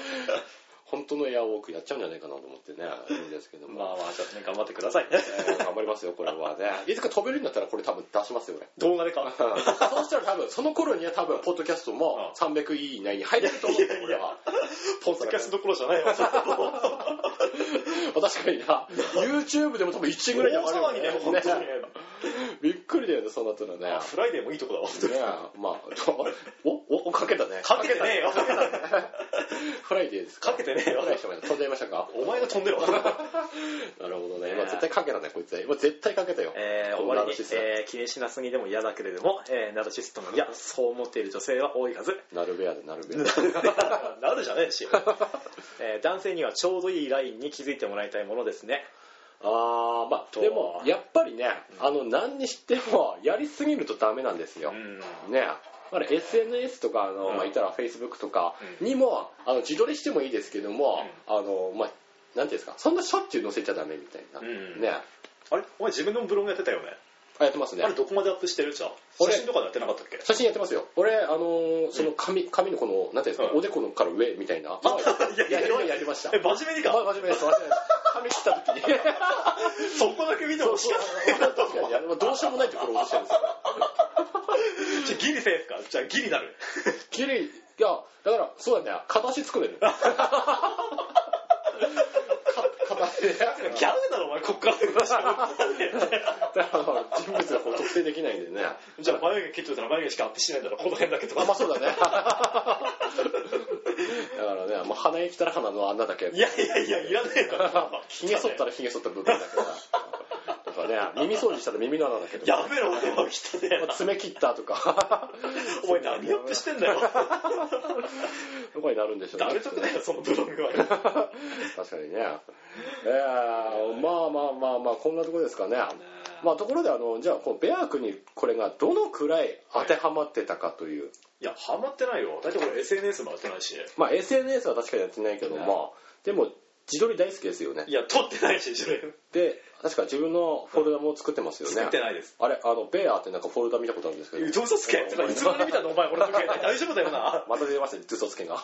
S1: 本当のエアウォークやっちゃうんじゃないかなと思ってねいいんですけども、
S2: まあまあちょっとね頑張ってくださいね
S1: えー頑張りますよこれはねいつか飛べるんだったらこれ多分出しますよ 俺
S2: 動画でか
S1: うんそうしたら多分その頃には多分ポッドキャストも300位以内に入ってると思うんだよ俺は
S2: ポッドキャストどころじゃないよ それ
S1: まあ確かにな YouTube でも多分1位ぐらいに上が
S2: 大騒ぎ
S1: る
S2: だ
S1: よ
S2: よ本当にね
S1: びっくりだよねそうなった らね
S2: フライデーもいいとこだわ
S1: ねえまあ、お、お、かけたね。
S2: かけてねえよ
S1: フライデーですか。
S2: かけてねえよ
S1: わかりました飛んじゃいましたか。
S2: お前が飛んで ろ
S1: なるほどね。今絶対かけたね、こいつは。今絶対かけたよ。
S2: えー、
S1: この
S2: 終わり
S1: ナル
S2: に
S1: シス、ト
S2: えー、気にしなすぎでも嫌だけれども、えー、ナルシストも嫌、そう思っている女性は多いはず。
S1: なるべやで、なるべやで。
S2: なるじゃねえし、 えー男性にはちょうどいいラインに気づいてもらいたいものですね。
S1: あー、まあ、
S2: と
S1: でも、やっぱりね、あの、何にしても、やりすぎるとダメなんですよ。ねあれ SNS とかあの、
S2: うん
S1: まあ、いたら Facebook とかにも、あの自撮りしてもいいですけども、あのまあなんていうんですかそんなしょっちゅう載せちゃダメみたいな、
S2: うん
S1: ね
S2: あれお前自分のブログやってたよね。
S1: あやってますね
S2: あれどこまでアップしてるじゃん。
S1: 俺
S2: 写真とかでやってなかったっけ
S1: 写真やってますよ俺あのーその髪髪のこのなんていうんですか、
S2: うん
S1: おでこのから上 みたいな、
S2: いやいやいや
S1: 弱いやりました
S2: え、真 面目に
S1: ま
S2: か。
S1: 真面目です真面目です髪切った 時に
S2: そこだけ見てもしか
S1: 確 かにあれはどうしようもないところ落としてるんですよ
S2: じゃあギリセーフか。じゃあ ギリなる。
S1: 綺麗いやだからそうだね形作れるか形で
S2: ギャグだろ、お前、こっから出てくる
S1: だから人物がこう特定できないんでね
S2: じゃあ眉毛切っといたら眉毛しかアップしないんだろ、この辺だけとか。
S1: あまあそうだねだからね、まあ、鼻液たら鼻の穴 だけ
S2: いやいやいや、いらねえだろ。
S1: ひげ剃ったらひげ剃った部分だけどね耳掃除したら耳の穴だけど
S2: やべえろ、俺は来たね。
S1: 爪切ったとか
S2: お前何アップしてんだよ。
S1: どこになるんでしょう
S2: 誰得だよ、そのブログは。
S1: 確かにねえー、まあまあまあまあこんなところですかねまあところであのじゃあこのベアークにこれがどのくらい当てはまってたかという、
S2: いや、ハマってないよ。だって俺 SNS もやってないし。
S1: まあ SNS は確かにやってないけども、でも自撮り大好きですよね
S2: いや、撮ってないし、自分。
S1: で確か自分のフォルダも作ってますよね
S2: 作ってないです。
S1: あれあのベアーってなんかフォルダ見たことあるんですけど
S2: 嘘つけってかいつまで見たのお前、俺の携帯 大丈夫だよな。
S1: また出ましたね嘘つけ が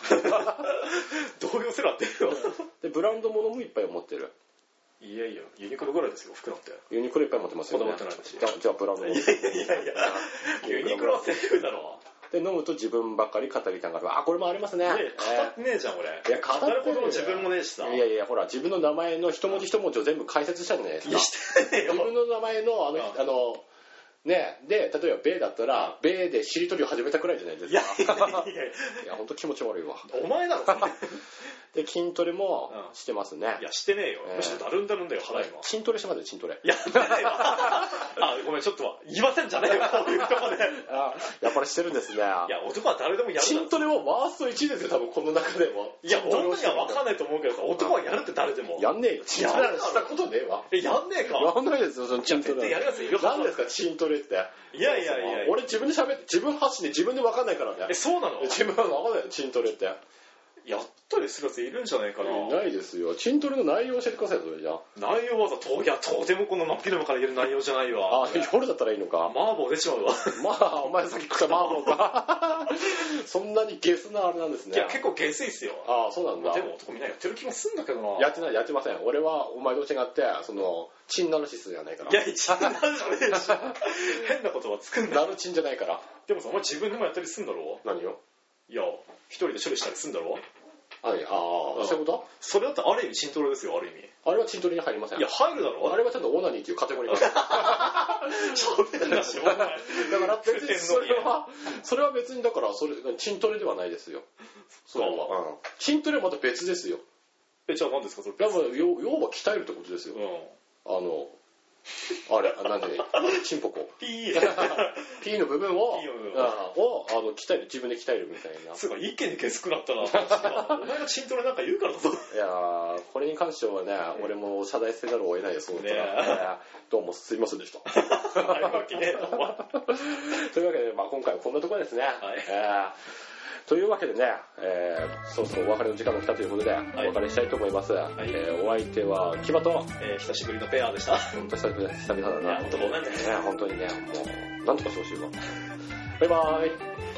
S2: 動揺せろってるよ。
S1: でブランドものもいっぱい持ってる
S2: いやいや、ユニクロぐらいですよ、服なんて。
S1: ユニクロいっぱい持ってますよね
S2: まだ持ってないし
S1: じゃあじゃあブランドもの
S2: いやいやいやいや、ユニクロはセーフだろ。
S1: で飲むと自分ばっかり語りたがるあこれもありますね
S2: いやいや、語ってねえじゃん、俺。い
S1: いや語ってるよ
S2: るほど自分もねえしさ。
S1: いやいやほら自分の名前の一文字一文字を全部解説したじゃないです
S2: い
S1: か
S2: やしてねえよ
S1: 自。分の名前のあの
S2: うん
S1: あのねで例えば「ベ」だったら「ベ」でしりとりを始めたくらいじゃないです
S2: いや
S1: か
S2: いやいやい
S1: いや本当気持ち悪いわ
S2: や、お前だろ、それ
S1: で筋トレも
S2: うん
S1: してますね
S2: いや、してねえよ
S1: ええ。
S2: むしろだるんだるんだよ、腹今。
S1: 筋トレしてますよ筋トレ
S2: やってないわ。あ、ごめん、ちょっとは言わせんじゃねえよ、こういうとこで。
S1: あやっぱりしてるんですね
S2: いや、男は誰でもやるだろ
S1: 筋トレもワースト1位ですよ多分この中でも
S2: いや、
S1: 筋トレ
S2: 女
S1: を
S2: には分かん
S1: ない
S2: ないと思うけどさ、男はやるって誰でも。
S1: やんねえよ筋トレ
S2: やるだろ
S1: したことねえわ
S2: え、やんねえか。
S1: やんないですよその筋ト
S2: 絶
S1: レ
S2: 対やるやついるは
S1: 何
S2: ずだ
S1: ですか筋トレって
S2: いやいやいやいや。
S1: 俺自分で喋って自分発信で自分で分かんないからね
S2: え、そうなの
S1: 自分は分かんないよ筋トレって
S2: やったりするやついるんじゃないかな。
S1: いないですよ筋トレの内容教えてくださいよそれじゃ
S2: 内容はさ、と、いや、とてもこの真っ昼間から言える内容じゃない
S1: あ
S2: わ。
S1: あ夜だったらいいの か
S2: 麻婆出ちまうわ。
S1: まあお前さっき食ったマーボー かそんなにゲスなあれなんですね
S2: いや、結構下水っすよ。
S1: ああそうなんだ
S2: でも男みんなやってる気もすんだけどな。
S1: やってないやってません俺はお前と違ってそのチンナルシスじゃないから
S2: いや、一番なんじゃねえし。変なことはつくんだ。
S1: ナルチンじゃないから
S2: でもさ、お前自分でもやったりすんだろ
S1: 何よ
S2: いや、一人で処理したりすんだろ
S1: ああ
S2: うん
S1: そういうこ
S2: それだってある意味筋トレですよ、ある意味。
S1: とあれはチントレに入りません
S2: いや、入るだろ
S1: あれはちゃんとオナニーっていうカテゴリーがある
S2: 喋ってんだし、お前。
S1: だから別にそれ
S2: 食ってんの
S1: は、それは別にだから、それ、筋トレではないですよ。それ
S2: そ
S1: は。うん筋トレはまた別ですよ。
S2: え、じゃあ何ですか、それ。
S1: やっぱ、要要は鍛えるってことですよ。
S2: う
S1: あの、あれ、あなんで、チンポコ。
S2: ピ ー
S1: P の部分を、
S2: P の部分
S1: あをあの鍛える、自分で鍛えるみたいな。
S2: す ごい一気に消すくなったなお前が筋トレなんか言うからだぞ
S1: いやーこれに関してはね、俺も謝罪せざるを得ないよ、そうだったら、ねどうもすいませんでした。
S2: あれわけねえと思う
S1: というわけで、まあ、今回はこんなところですね。えーというわけでね、えーそろそろお別れの時間が来たということで、
S2: い
S1: お別れしたいと思います。
S2: い
S1: えーお相手は、キバと、
S2: えー久しぶりのペアでした
S1: 本当久々久々だ
S2: い
S1: な。
S2: や本当ごめんね
S1: ね、本当にね、もう、なんとかしてほしいわ。バイバーイ。